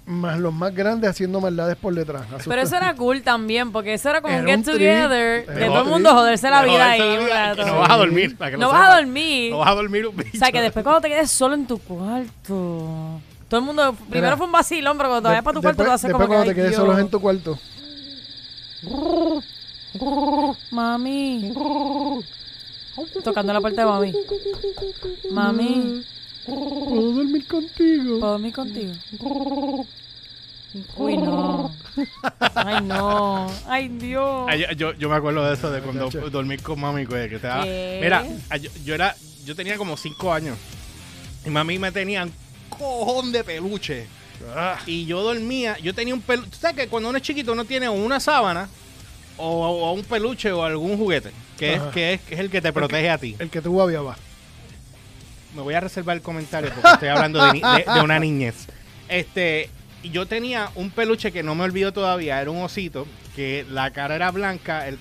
S2: Más los más grandes haciendo maldades por detrás. Asusta-
S3: Pero eso era cool también, porque eso era como
S2: Era
S3: un get
S2: un trip.
S3: together
S2: Era
S3: de
S1: un
S3: todo el
S1: trip.
S3: mundo joderse la
S1: Pero
S3: vida
S1: joderse
S3: ahí
S1: la
S3: un
S1: vida, que
S3: rato.
S1: No vas a dormir. para que
S3: No
S1: lo
S3: vas a
S1: sepas.
S3: dormir.
S1: No vas a dormir un bicho.
S3: O sea, que después cuando te quedes solo en tu cuarto. Todo el mundo. Primero
S2: Mira.
S3: fue un vacilón, pero cuando te
S2: De-
S3: vayas para tu cuarto te
S2: después-
S3: vas a hacer como
S2: después
S3: que.
S2: cuando
S3: "Ay,
S2: te quedes
S3: Dios,
S2: solos en tu cuarto.
S3: Mami. Tocando la puerta de mami. Mami,
S2: Puedo dormir contigo.
S3: ¿puedo dormir contigo? Uy, no. Ay, no. Ay, Dios.
S1: Ay, Ah, yo, yo- yo me acuerdo de eso, de cuando
S2: [LAUGHS] chacho.
S1: dormí con mami, güey, que te daba-
S3: ¿Qué?
S1: Mira, ay, yo, yo era, yo tenía como cinco años. Y mami me tenía un cojón de peluche.
S2: Ah,
S1: Y yo dormía, yo tenía un peluche. ¿Tú sabes que cuando uno es chiquito uno tiene una sábana o, o un peluche o algún juguete? Que es,
S2: Ajá.
S1: que, es, que es el que te protege a ti.
S2: El que tuvo había abajo.
S1: Me voy a reservar el comentario porque estoy hablando de, ni- de- de una niñez. Este, y yo tenía un peluche que no me olvido todavía, era un osito, que la cara era blanca, el,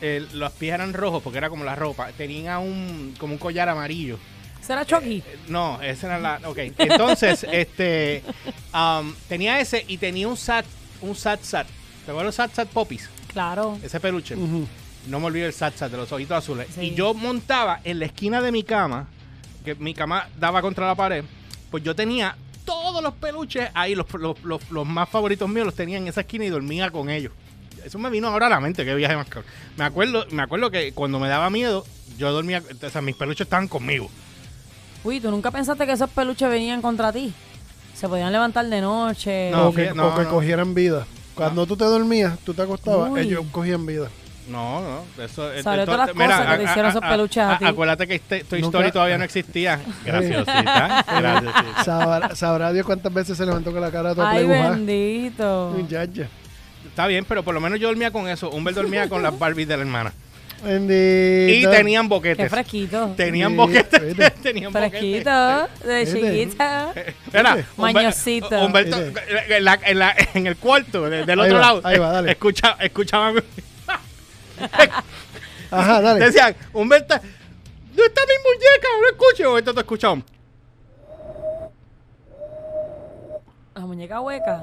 S1: el- los pies eran rojos porque era como la ropa, tenía un, como un collar amarillo.
S3: ¿Será Chucky?
S1: Eh, No, esa era la... Ok, entonces, este, am, tenía ese y tenía un sat, un sat sat. ¿Te acuerdas de los sat sat poppies?
S3: Claro.
S1: Ese peluche.
S2: Ujú.
S1: No me olvido el salsa de los ojitos azules.
S3: Sí.
S1: Y yo montaba en la esquina de mi cama, que mi cama daba contra la pared, pues yo tenía todos los peluches ahí, los, los- los- los más favoritos míos los tenía en esa esquina y dormía con ellos. Eso me vino ahora a la mente, qué viaje más cabrón. Me acuerdo, me acuerdo que cuando me daba miedo, yo dormía, o sea, mis peluches estaban conmigo.
S3: Uy, ¿tú nunca pensaste que esos peluches venían contra ti? Se podían levantar de noche.
S1: No,
S2: o que,
S1: fíjate, no,
S2: o que
S1: no.
S2: cogieran vida. Cuando tú te dormías, tú te acostabas,
S3: Uy.
S2: ellos cogían vida.
S1: No, no, eso eh,
S3: Salió todas las cosas que te hicieron esos peluches a ti.
S1: Acuérdate que este- Toy
S2: Nunca-
S1: Story todavía no existía.
S2: [LAUGHS]
S1: Graciosita, graciosita.
S3: [LAUGHS]
S2: Sabrá, sabrá Dios cuántas veces se levantó con la cara toda
S3: Ay,
S2: plegujada.
S3: bendito.
S2: Uy, Ya, ya.
S1: Está bien, pero por lo menos yo dormía con eso. Humber dormía con las Barbies de la hermana. Y
S2: Bendito.
S1: tenían
S3: Qué
S1: boquetes.
S3: fresquito.
S1: Tenían
S2: Sí, vete.
S1: boquetes. [LAUGHS] tenían boquetes.
S3: Fresquito. De
S2: Vete.
S3: chiquita.
S1: Era, Humber-
S3: Mañosito.
S1: Humberto,
S2: Vete.
S1: eh, en, la- en la- en el cuarto, de- del
S2: Ahí
S1: otro
S2: va,
S1: lado.
S2: ahí va, dale.
S1: Escucha, escuchaban.
S2: Ajá,
S1: [LAUGHS]
S2: dale.
S1: Decían, Humberto, ¿dónde está mi muñeca? No escucho. Humberto, te escuchaban.
S3: La muñeca hueca.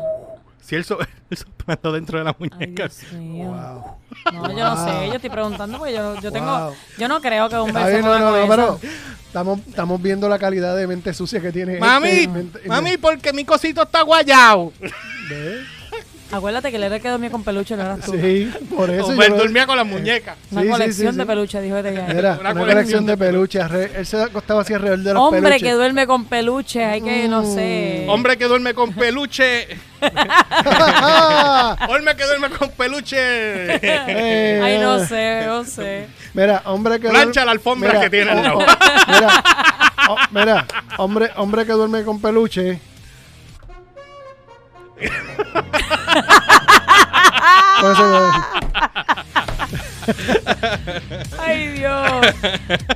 S1: Si él, so- [LAUGHS] él soplando dentro de la muñeca.
S3: Ay, Dios mío.
S2: Wow.
S3: No, yo no sé, yo estoy preguntando porque yo, yo tengo,
S2: Wow.
S3: yo no creo que un
S2: Está
S3: beso
S2: bien,
S3: con
S2: no,
S3: la
S2: no, no,
S3: cabeza.
S2: pero estamos, estamos viendo la calidad de mente sucia que tiene.
S1: Mami,
S2: este mente-
S1: mami, porque mi cosito está guayado.
S2: ¿Ve?
S3: Acuérdate que el era que dormía con peluche no eras tú.
S2: Sí, por eso.
S1: Hombre,
S2: yo- Eh.
S1: dormía con las muñecas.
S3: Una
S2: Sí, sí,
S3: colección
S2: sí,
S3: de
S2: sí.
S3: peluche, dijo este gallo.
S2: Era
S1: Una
S2: una,
S1: colección
S2: colección
S1: de
S2: de peluches. arre- Él se acostaba así alrededor de los
S3: Hombre
S2: peluches.
S3: que duerme con peluche, hay que, no sé.
S1: Hombre que duerme con peluche. [LAUGHS] Hombre que duerme con
S2: [LAUGHS]
S1: peluche.
S2: Ah, Eh,
S3: Ay, no sé, no sé.
S2: Mira, hombre que
S1: Plancha
S2: duer-
S1: la alfombra que tiene al
S2: oh,
S1: lado.
S2: oh, mira, oh, mira, hombre, hombre que duerme
S1: [LAUGHS]
S2: con peluche. Con eso-
S3: Ay, Dios. Yo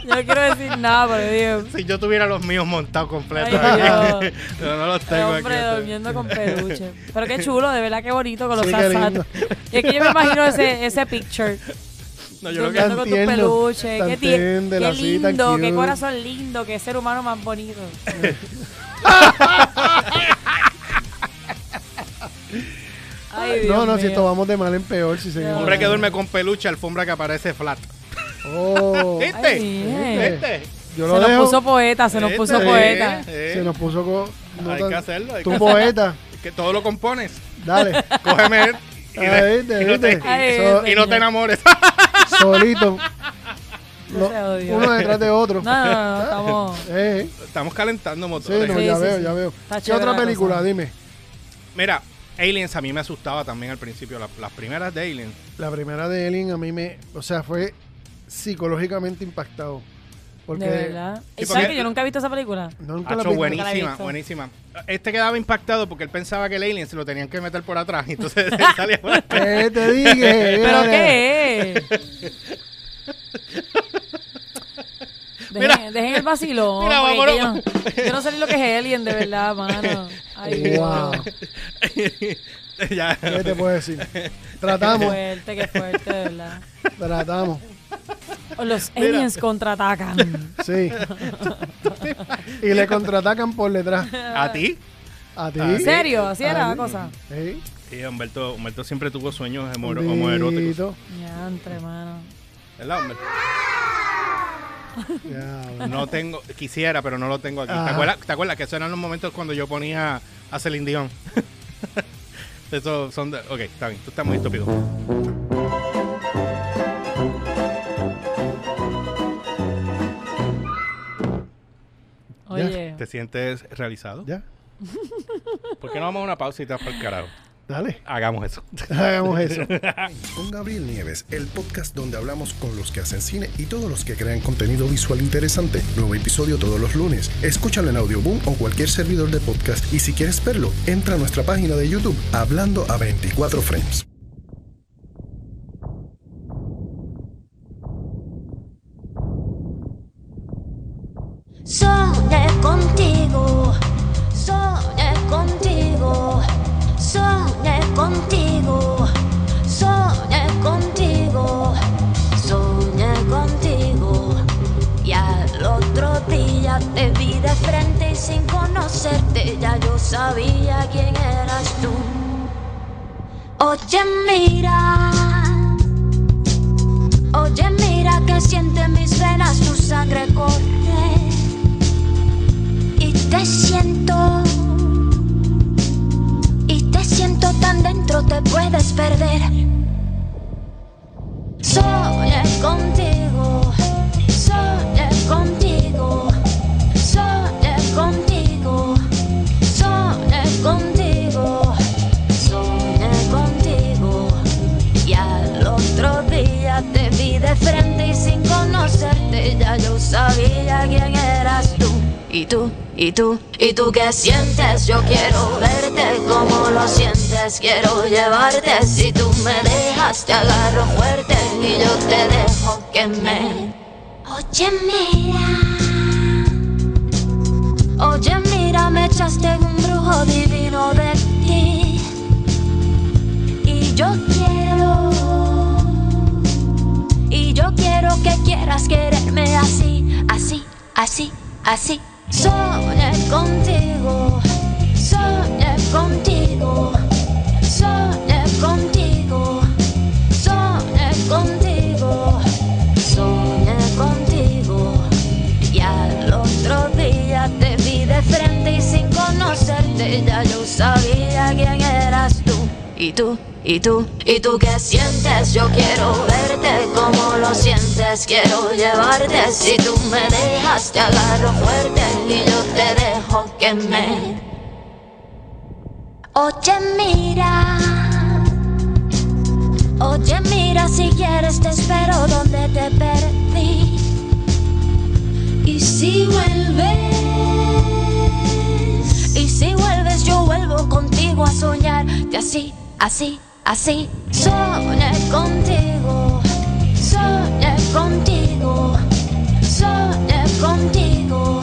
S3: no quiero decir nada, pero Dios.
S1: si yo tuviera los míos montados completos.
S3: Ay,
S1: aquí. Pero [LAUGHS] no los
S3: El
S1: tengo
S3: hombre
S1: aquí.
S3: durmiendo con peluche. Pero qué chulo, de verdad, qué bonito con los
S2: este. Sí, qué
S3: asas.
S2: lindo.
S3: Y es que yo me imagino ese, ese picture.
S1: No, yo creo que
S3: Durmiendo con
S2: Tan
S3: tu
S2: tierno,
S3: peluche.
S2: tan
S3: Qué, tie-
S2: tender,
S3: qué
S2: así, tan
S3: lindo, qué
S2: cute.
S3: corazón lindo, qué ser humano más
S2: [LAUGHS]
S3: bonito. Ay, Dios
S2: no, no, si
S3: mío.
S2: esto vamos de mal en peor, si seguimos.
S1: hombre que duerme con peluche, alfombra que aparece flat.
S2: Oh,
S1: Este.
S3: Ay, miren.
S1: Este.
S2: yo
S3: Se
S2: lo
S3: nos
S2: dejo.
S3: puso poeta, se nos
S1: Este,
S3: puso
S1: sí,
S3: poeta.
S1: sí.
S2: Se nos puso. co- no
S1: Hay
S2: tan-
S1: que hacerlo, hay
S2: tu
S1: que hacerlo.
S2: poeta,
S1: Que todo lo compones. [LAUGHS]
S2: dale. [LAUGHS]
S1: Cógeme y, de-
S2: Ahí, viste,
S1: y no te,
S2: viste.
S3: Ay,
S2: So-
S1: y no te enamores. [LAUGHS]
S2: solito.
S3: No se odia.
S2: uno detrás de otro.
S3: No, no, no, no, estamos.
S2: [LAUGHS] Eh,
S1: Estamos calentando
S2: sí,
S1: motores.
S2: no,
S3: Sí,
S2: ya
S3: sí,
S2: veo,
S3: sí.
S2: ya veo.
S3: Está
S2: ¿Qué otra
S3: chévere la
S2: película?
S3: cosa.
S2: Dime.
S1: Mira, Aliens a mí me asustaba también al principio. la- las primeras de Aliens.
S2: La primera de Alien a mí me, o sea, fue psicológicamente impactado. Porque
S3: de verdad.
S1: Sí,
S3: ¿Y ¿Sabes
S1: porque-
S3: que yo nunca he visto esa película?
S2: No, nunca la
S1: Hacho,
S2: vi.
S3: Nunca la he
S1: buenísima,
S3: visto.
S1: buenísima. Este quedaba impactado porque él pensaba que el alien se lo tenían que meter por atrás. y
S3: [LAUGHS]
S1: Entonces [LAUGHS] él salía por atrás.
S2: ¿Qué te dije?
S3: ¿Pero
S2: Mira,
S3: qué
S1: Eh.
S3: es?
S1: [LAUGHS] Mira.
S3: Dejen, dejen el vacilón.
S1: Mira,
S3: porque
S1: vámonos.
S3: es que yo, yo no sé ni lo que es Alien, de verdad, mano. Ay, Dios.
S2: Wow.
S1: Ya.
S2: ¿Qué te puedo
S1: [LAUGHS]
S2: decir?
S3: Qué
S2: Tratamos,
S3: fuerte, qué fuerte, de verdad.
S2: tratamos.
S3: Los aliens contraatacan.
S2: Sí. Y le contraatacan por detrás.
S1: ¿A ti?
S2: A ti.
S3: ¿En serio? ¿Así era la
S2: Ay.
S3: cosa?
S2: Sí.
S1: Sí, Humberto, Humberto siempre tuvo sueños homo- homoeróticos.
S2: Bendito.
S3: Ya, entre mano.
S1: ¿Verdad, Humberto?
S2: Diablo.
S1: No tengo, quisiera, pero no lo tengo aquí. ¿Te
S2: Ajá.
S1: acuerdas, ¿Te acuerdas que esos eran los momentos cuando yo ponía a Celine Dion? [LAUGHS] Eso son de. Ok, está bien, tú estás muy estúpido.
S3: Oye.
S1: ¿Te sientes realizado?
S2: Ya,
S1: ¿Por qué no vamos a una pausita para el carajo?
S2: dale. [LAUGHS]
S1: Hagamos eso. [LAUGHS]
S2: Hagamos eso.
S5: Con Gabriel Nieves, el podcast donde hablamos con los que hacen cine y todos los que crean contenido visual interesante. Nuevo episodio todos los lunes. Escúchalo en Audioboom o cualquier servidor de podcast. Y si quieres verlo, entra a nuestra página de YouTube, Hablando a 24 Frames.
S6: Soñé contigo, soñé contigo, soñé contigo, soñé contigo, soñé contigo. Y al otro día te vi de frente y sin conocerte ya yo sabía quién eras tú. Oye, mira. Oye, mira que siente mis venas, tu sangre corre y te siento. Y te siento tan dentro, te puedes perder. Soñé contigo, soñé contigo, soñé contigo, soñé contigo, soñé contigo. Y al otro día te vi de frente y sin conocerte ya yo sabía quién eras tú. Y tú, y tú, y tú qué sientes, yo quiero verte como lo sientes, quiero llevarte. Si tú me dejas, te agarro fuerte y yo te dejo que me... Oye, mira. Oye, mira, me echaste un brujo divino de ti. Y yo quiero, y yo quiero que quieras quererme así, así, así, así. Soñé contigo, soñé contigo, contigo, sola contigo, soñé contigo. Y al otro día te vi de frente y sin conocerte ya yo sabía quién eras tú. Y tú, y tú, y tú qué sientes, yo quiero verte como lo sientes, quiero llevarte. Si tú me dejas, te agarro fuerte y yo te dejo que me. Oye, mira. Oye, mira, si quieres te espero donde te perdí. Y si vuelves, y si vuelves, yo vuelvo contigo a soñarte así, así, así. Soñé contigo, soñé contigo, soñé contigo,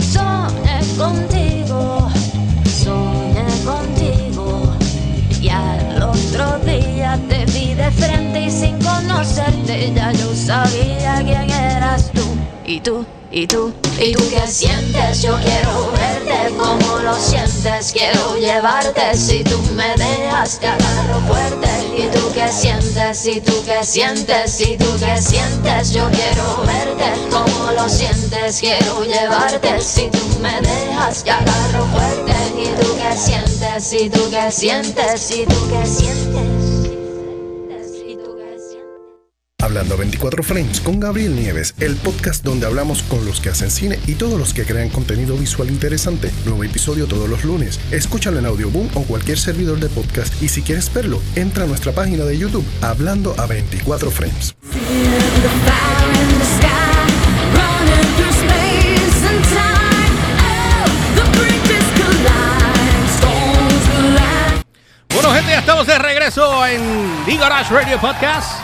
S6: soñé contigo, soñé contigo. Y al otro día te vi de frente y sin conocerte ya yo sabía quién eras tú. Y tú, y tú, y tú qué sientes, yo quiero verte como lo sientes, quiero llevarte si tú me dejas te agarro fuerte. Y tú qué sientes, y tú qué sientes, y tú qué sientes, yo quiero verte como lo sientes, quiero llevarte si tú me dejas te agarro fuerte. Y tú qué sientes, y tú qué sientes, y tú qué sientes, y tú qué sientes.
S5: Hablando a 24 Frames con Gabriel Nieves, el podcast donde hablamos con los que hacen cine y todos los que crean contenido visual interesante. Nuevo episodio todos los lunes. Escúchalo en Audioboom o cualquier servidor de podcast y si quieres verlo, entra a nuestra página de YouTube Hablando a 24 Frames.
S1: Bueno, gente, ya estamos de regreso en The Garage Radio Podcast.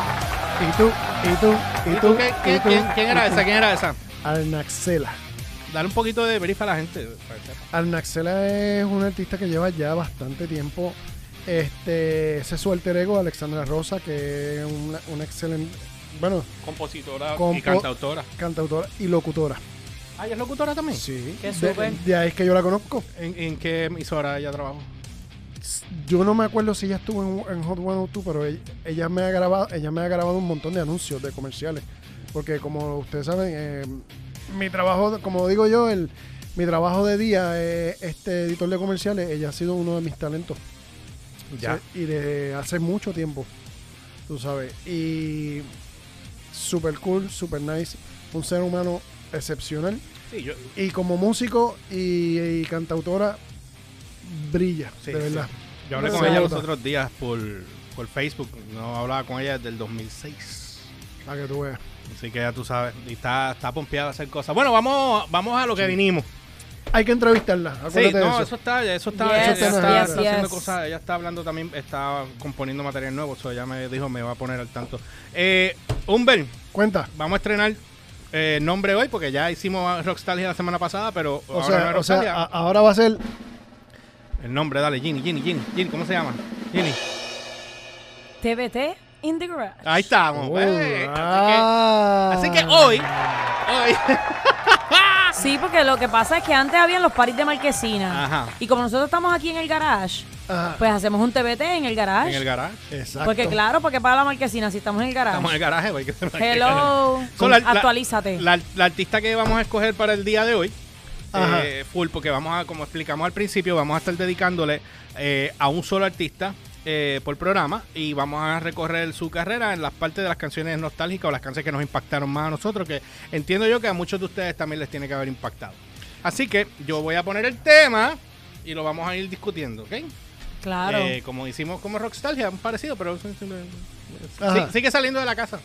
S2: Y tú, y tú, y tú.
S1: ¿Quién,
S2: y
S1: quién-
S2: tú,
S1: quién- quién era
S2: y tú.
S1: esa? ¿Quién era esa?
S2: Alnaxela.
S1: Dale un poquito de brief a la gente.
S2: Alnaxela es un artista que lleva ya bastante tiempo. Este, ese es su alter ego, Alexandra Rosa, que es una, una excelente, bueno,
S1: Compositora y
S2: Compo-
S1: cantautora.
S2: cantautora y locutora.
S1: Ah, ¿ella es locutora también?
S2: Sí.
S3: Qué
S2: de,
S3: súper.
S2: de ahí es que yo la conozco.
S1: ¿En, en qué emisora ella trabajó?
S2: Yo no me acuerdo si ella estuvo en, en Hot 102, pero ella, ella me ha grabado, ella me ha grabado un montón de anuncios de comerciales. Porque como ustedes saben, eh, mi trabajo, como digo yo, el, mi trabajo de día, eh, este editor de comerciales, ella ha sido uno de mis talentos.
S1: Ya.
S2: Sí, Y desde hace mucho tiempo, tú sabes. Y super cool, super nice, un ser humano excepcional.
S1: Sí, yo.
S2: Y como músico y, y cantautora, brilla,
S1: Sí,
S2: de
S1: sí.
S2: verdad.
S1: Yo hablé
S2: Se
S1: con ella los
S2: nota.
S1: otros días por, por Facebook. No hablaba con ella desde el 2006.
S2: Para que tú veas.
S1: Así que ya tú sabes. Y está, está pompeada a hacer cosas. Bueno, vamos, vamos a lo que vinimos.
S2: Hay que entrevistarla,
S1: Sí,
S2: acuérdate de
S1: no,
S2: eso.
S1: eso está, eso está,
S3: Yes,
S1: ella
S2: yes,
S1: está,
S2: yes,
S1: está haciendo
S3: yes.
S1: cosas, ella está hablando también, está componiendo material nuevo, eso ella me dijo, me va a poner al tanto. Eh, Humbert,
S2: Cuenta.
S1: vamos a estrenar eh, nombre hoy, porque ya hicimos Rockstalia la semana pasada, pero
S2: O
S1: ahora no es
S2: sea, o sea, ah.
S1: Rockstalia.
S2: a- ahora va a ser
S1: El nombre, dale, Ginny, Ginny, Ginny, Ginny, ¿cómo se llama? Ginny.
S3: TBT in the garage.
S1: Ahí estamos.
S2: Oh,
S1: eh.
S2: ah.
S1: así, que, así que hoy, hoy, [LAUGHS]
S3: Sí, porque lo que pasa es que antes habían los paris de marquesina.
S1: Ajá.
S3: Y como nosotros estamos aquí en el garage,
S2: Ajá.
S3: pues hacemos un TBT en el garage.
S1: en el garaje.
S2: Exacto.
S3: porque claro, porque para la marquesina, si estamos en el garage.
S1: Estamos en el garaje, porque se me-
S3: Hello.
S1: So, la- la-
S3: Actualízate.
S1: La, la artista que vamos a escoger para el día de hoy,
S2: Ajá.
S1: eh, full, porque vamos a, como explicamos al principio, vamos a estar dedicándole eh, a un solo artista eh, por programa y vamos a recorrer su carrera en las partes de las canciones nostálgicas o las canciones que nos impactaron más a nosotros, que entiendo yo que a muchos de ustedes también les tiene que haber impactado. Así que yo voy a poner el tema y lo vamos a ir discutiendo, ¿ok?
S3: claro.
S1: Eh, como hicimos como Rockstalgia, un parecido, pero sí, sí,
S2: Ajá.
S1: sí, sigue saliendo de la casa.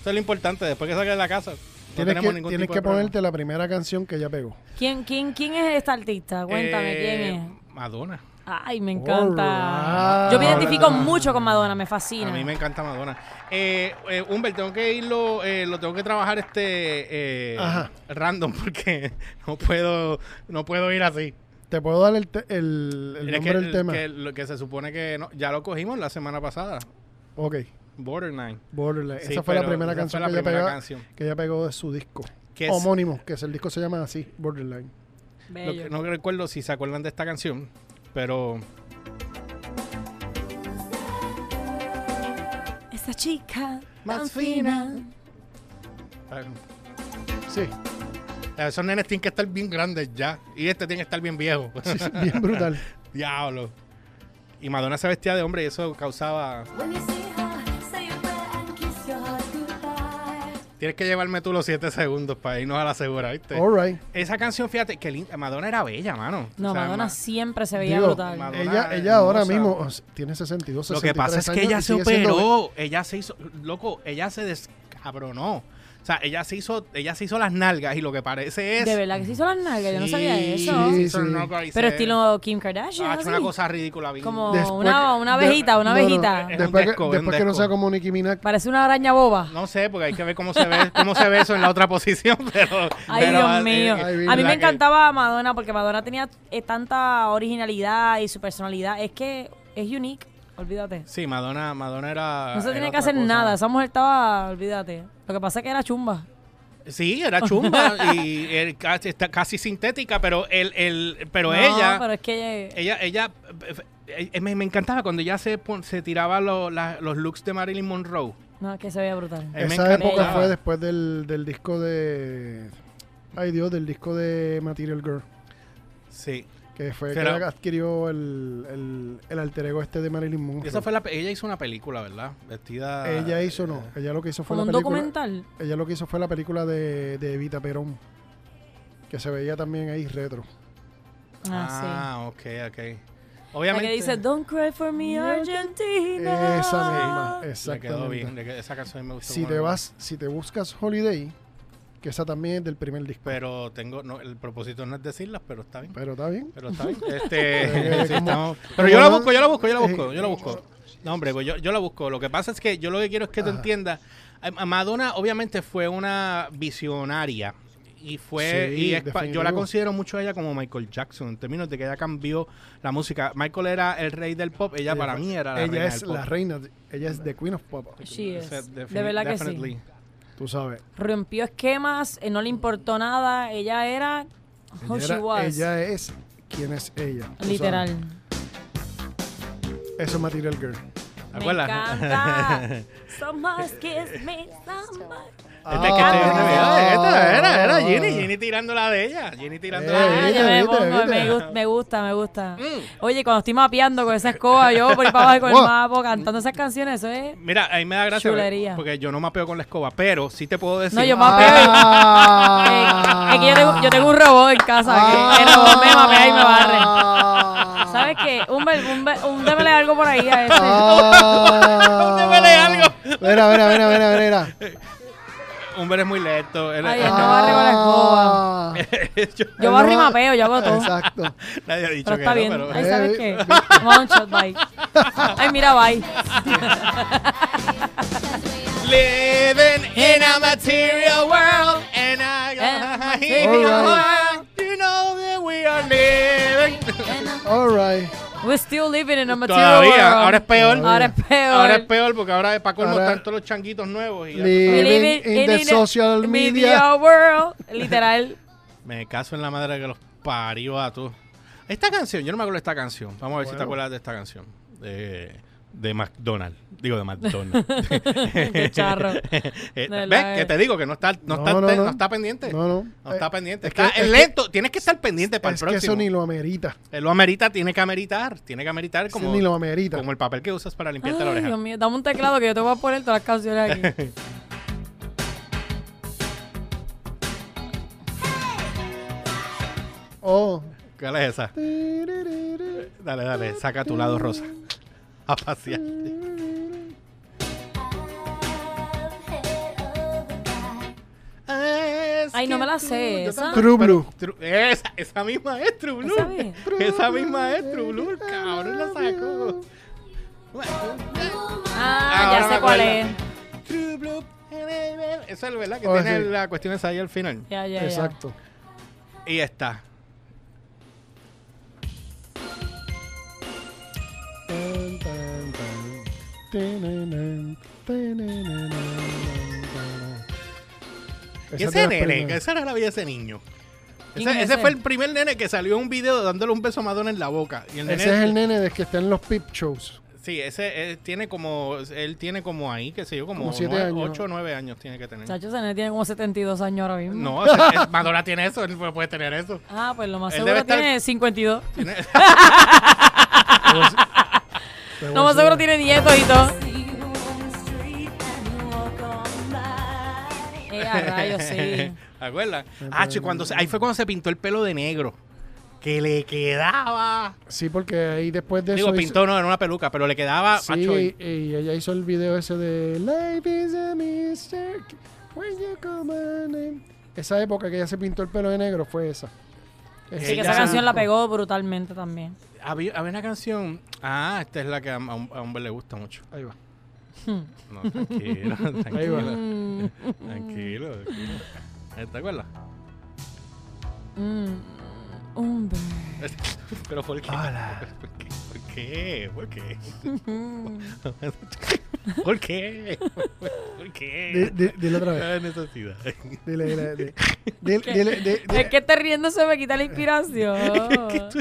S1: Eso es lo importante, después que salga de la casa. No
S2: Tienes
S1: tenemos
S2: que,
S1: ningún
S2: tienes
S1: tipo
S2: que
S1: de problema.
S2: ponerte la primera canción que ya pegó.
S3: ¿Quién, quién, ¿Quién es esta artista? Cuéntame
S1: Eh,
S3: quién es.
S1: Madonna.
S3: Ay, me encanta.
S2: Alright.
S3: Yo me identifico mucho con Madonna, me fascina.
S1: A mí me encanta Madonna. Eh, eh, Humbert, tengo que irlo, eh, lo tengo que trabajar este eh,
S2: Ajá.
S1: random [LAUGHS] porque no puedo, no puedo ir así.
S2: Te puedo dar el, te- el, el
S1: Es
S2: nombre
S1: que-
S2: del tema.
S1: que lo que se supone que no- ya lo cogimos la semana pasada.
S2: Ok.
S1: Borderline.
S2: Borderline.
S1: Sí,
S2: esa fue la
S1: pero
S2: primera
S1: esa fue
S2: canción
S1: la
S2: que, ella
S1: primera
S2: pegó-
S1: canción.
S2: que ella pegó de su disco.
S1: Que es-
S2: Homónimo, que es el disco se llama así, Borderline.
S1: Lo
S3: Bello.
S1: que- no recuerdo si se acuerdan de esta canción, pero
S3: esta chica
S1: Más
S3: tan
S1: fina.
S3: fina.
S2: Sí, [LAUGHS]
S1: Eh, Esos nenes tienen que estar bien grandes ya. Y este tiene que estar bien viejo.
S2: bien brutal.
S1: [LAUGHS] Diablo. Y Madonna se vestía de hombre y eso causaba. Tienes que llevarme tú los 7 segundos para irnos a la segura, ¿viste?
S2: All right.
S1: Esa canción, fíjate, que linda. Madonna era bella, mano.
S3: No,
S1: O sea,
S3: Madonna
S1: ma-
S3: siempre se veía
S2: Digo,
S3: brutal.
S1: Madonna-
S2: Ella,
S1: hermosa.
S2: ella ahora mismo o sea, tiene 62, 63
S1: Lo que pasa es que
S2: años
S1: ella
S2: y
S1: se
S2: sigue siendo be-
S1: operó. Ella se hizo. Loco, ella se descabronó. O sea, ella se hizo, ella se hizo las nalgas y lo que parece es.
S3: De verdad que se hizo las nalgas, yo no sabía
S1: Sí,
S3: eso.
S1: se
S2: Sí,
S1: hizo
S2: sí.
S1: nalgas y
S3: Pero
S1: se-
S3: estilo Kim
S1: Ha
S3: Kardashian.
S1: hecho
S3: así.
S1: una cosa ridícula. bien-
S3: Como
S2: Después-
S3: una, una
S2: de-
S3: abejita,
S2: no,
S3: una
S2: no,
S3: abejita.
S1: Es un
S2: Después, que-
S1: desco, es un
S2: después que no
S1: desco.
S2: sea como Nicki Minaj.
S3: Parece una araña boba.
S1: No sé, porque hay que ver cómo se ve, cómo se ve eso en la otra posición, [LAUGHS] pero...
S3: Ay,
S1: pero, eh,
S3: Dios mío.
S1: eh,
S2: ay,
S1: la
S3: a mí
S1: que-
S3: me encantaba Madonna porque Madonna tenía eh, tanta originalidad y su personalidad. Es que es unique, olvídate.
S1: Sí, Madonna, Madonna era...
S3: No se
S1: Ah, era
S3: tiene que
S1: otra
S3: hacer
S1: cosa.
S3: nada. Esa mujer estaba, olvídate. Lo que pasa es que era chumba.
S1: Sí, era
S3: [LAUGHS]
S1: chumba y era casi, está casi sintética, pero el, el, pero
S3: No,
S1: ella,
S3: Pero es que ella-
S1: ella, ella, eh, eh, me, me encantaba cuando ella se, pon- se tiraba lo- la- los looks de Marilyn Monroe.
S3: No, es que se veía brutal.
S1: Eh, me
S2: Esa época
S1: encantaba.
S2: fue después del, del disco de. Ay Dios, del disco de Material Girl.
S1: Sí.
S2: Que fue
S1: Pero-
S2: que ella adquirió el, el, el alter ego este de Marilyn Monroe.
S1: Esa fue la, pe- ella hizo una película, ¿verdad? Vestida...
S2: Ella hizo no. Ella lo que hizo fue
S3: Como un
S2: la película.
S3: documental.
S2: Ella lo que hizo fue la película de, de Evita Perón. Que se veía también ahí retro.
S3: Ah,
S1: Ah, ok, ok.
S3: sí. La
S1: Obviamente...
S3: que dice, Don't cry for me, Argentina.
S2: Esa misma,
S1: le quedó bien,
S2: exactamente.
S1: le qued- esa canción me gustó.
S2: Si
S1: como-
S2: te vas, si te buscas Holiday, que esa también es del primer disco.
S1: Pero tengo, no, el propósito no es decirlas, pero está bien.
S2: Pero está bien.
S1: Pero está bien.
S2: [LAUGHS] Eh,
S1: Este, sí,
S2: como-
S1: estamos-
S2: como
S1: pero yo la
S2: no-
S1: busco, yo la busco, yo la
S2: eh,
S1: busco, yo la busco. No, hombre, pues yo, yo la busco. Lo que pasa es que yo lo que quiero es que tú entiendas. A- a Madonna obviamente fue una visionaria. Y fue,
S2: Sí,
S1: y es pa- yo la
S2: definitivo.
S1: considero mucho a ella como Michael Jackson, en términos de que ella cambió la música. Michael era el rey del pop, ella para mí era la
S2: Ella
S1: reina
S2: es
S1: del pop.
S2: la reina. de- Ella es the queen of pop.
S3: She is.
S1: O sea, defini-
S3: De verdad que sí.
S1: definitely.
S2: Tú sabes.
S3: rompió esquemas, eh, no le importó nada, ella era who
S2: Ella,
S3: Oh, she
S2: era-
S3: was,
S2: ella es quien es ella. tú
S3: literal.
S2: sabes. Eso es Material Girl.
S1: ¿Te
S3: Me
S1: acuerdas?
S3: encanta. Someone kiss me, someone-
S1: Este es que te-
S2: Ah.
S1: mira, esta era, era Ginny, Ginny tirando la de ella. Ginny tirando la de
S3: Ah,
S2: Eh, viste,
S3: ya me
S2: viste,
S3: pongo,
S2: viste. Mm.
S3: me, gus- me gusta, me gusta. Oye, cuando estoy mapeando con esa escoba, yo por ahí para
S2: [LAUGHS]
S3: abajo con el
S2: Wow.
S3: mapo cantando esas canciones, eso es.
S1: Mira, ahí me da gracia
S3: Chulería.
S1: porque yo no mapeo con la escoba, pero sí te puedo decir.
S3: No, yo mapeo.
S2: Ah.
S3: Eh, es que yo tengo, yo tengo un robot en casa que el robot me mapea y me barre. ¿Sabes qué? Un, bel- un, bel- un démele algo por ahí
S2: [LAUGHS]
S3: a este.
S2: ¿Dónde
S1: huele algo.
S2: Ah. Mira, mira, mira, mira, mira.
S1: Humber Ah, es muy lento. él-
S3: Ay,
S1: él [LAUGHS]
S3: él
S1: no-
S3: no barre con la escoba.
S2: Ah,
S3: Oh.
S1: yo-
S3: Yo
S2: él
S3: barro y
S2: no va-
S3: mapeo, yo hago todo.
S2: Exacto.
S1: nadie ha dicho
S3: Pero
S1: que
S3: está
S1: no,
S3: bien.
S1: pero-
S3: Ay,
S2: Eh,
S3: ¿sabes qué? Vamos a un shot, bye. Ay, mira, bye.
S1: Living in
S3: Eh.
S1: a material world and I
S3: And
S2: material
S1: You know that we are living.
S2: All right.
S3: We're still living in a material world.
S1: Todavía, ahora es peor.
S3: Ahora es peor.
S1: Ahora es peor porque ahora para colmo
S2: Ahora-
S1: están todos los changuitos nuevos. Y ya-
S3: We live
S2: Living in the
S3: a
S2: social media.
S3: world. Literal. [LAUGHS]
S1: Me caso en la madre que los parió a todos. Esta canción, yo no me acuerdo de esta canción. Vamos a ver si te acuerdas de esta canción. De, de McDonald's. Digo, de McDonald's.
S3: [LAUGHS]
S1: [LAUGHS]
S3: Qué charro.
S1: Eh,
S3: De
S1: ¿Ves?
S3: la-
S1: Que te digo que no está, no
S2: No,
S1: está,
S2: no,
S1: te-
S2: no.
S1: no está pendiente. No,
S2: No, no.
S1: está
S2: Eh,
S1: pendiente.
S2: es que-
S1: está
S2: es que-
S1: lento. Tienes que estar pendiente para
S2: Es
S1: el
S2: que
S1: próximo.
S2: eso ni lo amerita.
S1: Él lo amerita, tiene que ameritar. Tiene que ameritar
S2: Eso
S1: como,
S2: ni lo amerita.
S1: como el papel que usas para limpiarte la
S3: Ay, Dios
S1: oreja.
S3: mío. Dame un teclado que yo te voy a poner todas las
S1: [LAUGHS]
S3: canciones aquí.
S2: Oh.
S1: ¿Cuál es esa? Dale, dale. Saca tu lado rosa. A pasear.
S3: Ay, no me la sé,
S1: Yo
S3: esa.
S1: tampoco,
S2: True
S1: pero-
S2: Blue.
S1: Tru- esa, esa misma es True Blue.
S3: ¿Esa misma?
S1: Esa misma es True Blue. el Cabrón, la sacó.
S3: Ah,
S1: Ahora
S3: ya
S1: me
S3: sé cuál es.
S1: acuerdo. True Blue. Esa es verdad que
S2: Oh,
S1: tiene
S2: sí.
S1: la cuestión esa ahí al final.
S3: Ya, ya, ya.
S2: Exacto.
S1: Y está.
S2: Tan, tan, tan. Tenenem, tenenem, tan, tan.
S1: Y ese
S2: Esa es de las
S1: nene, que
S2: primeras.
S1: esa era la vida de ese niño.
S3: ¿Quién
S1: Ese,
S3: es
S1: ese
S3: ese?
S1: fue el primer nene que salió en un video dándole un beso a Madonna en la boca. Y el nene,
S2: Ese es el nene de que está en los peep
S1: Sí,
S2: shows.
S1: Sí, ese él tiene como, él tiene como ahí, qué sé yo, como,
S2: Como siete
S1: nueve-
S2: años.
S1: ocho o nueve años tiene que tener.
S3: Chacho Zanet tiene como 72 años ahora mismo.
S1: No, ese- es- Madonna tiene eso, él no puede tener eso.
S3: Ah, pues lo más
S1: Él
S3: seguro
S1: debe estar- [LAUGHS]
S3: tiene 52.
S1: Tiene-
S3: Lo más seguro tiene nietos y todo. Eh, a rayos,
S1: [LAUGHS]
S3: sí.
S1: ¿Te acuerdas? Ah, che, cuando se- ahí fue cuando se pintó el pelo de negro. Que le quedaba.
S2: Sí, porque ahí después de
S1: Digo,
S2: eso. hizo-
S1: pintó no en una peluca, pero le quedaba. macho,
S2: Sí, y, y ella hizo el video ese de Life is a mistake when you call my name. Esa época que ella se pintó el pelo de negro fue esa.
S3: Sí, que
S1: Ella-
S3: esa canción la pegó brutalmente también.
S1: había, había una canción. Ah, esta es la que a, a un, a hombre le gusta mucho.
S2: Ahí va.
S1: No, tranquilo, [LAUGHS]
S2: Ahí va.
S1: tranquilo. tranquilo, tranquilo. Eh, ¿Te acuerdas?
S3: Mm, hombre.
S1: pero ¿por qué? [LAUGHS] ¿Por qué? ¿Por qué? ¿Por qué?
S3: [LAUGHS]
S1: [LAUGHS] ¿Por qué? [LAUGHS] ¿Por
S2: Di-
S1: qué?
S2: di- Dile otra vez.
S1: Ah, necesidad.
S2: Dile, dile, dile. Dile, dile, di-
S3: Es que te riendo se me quita la inspiración.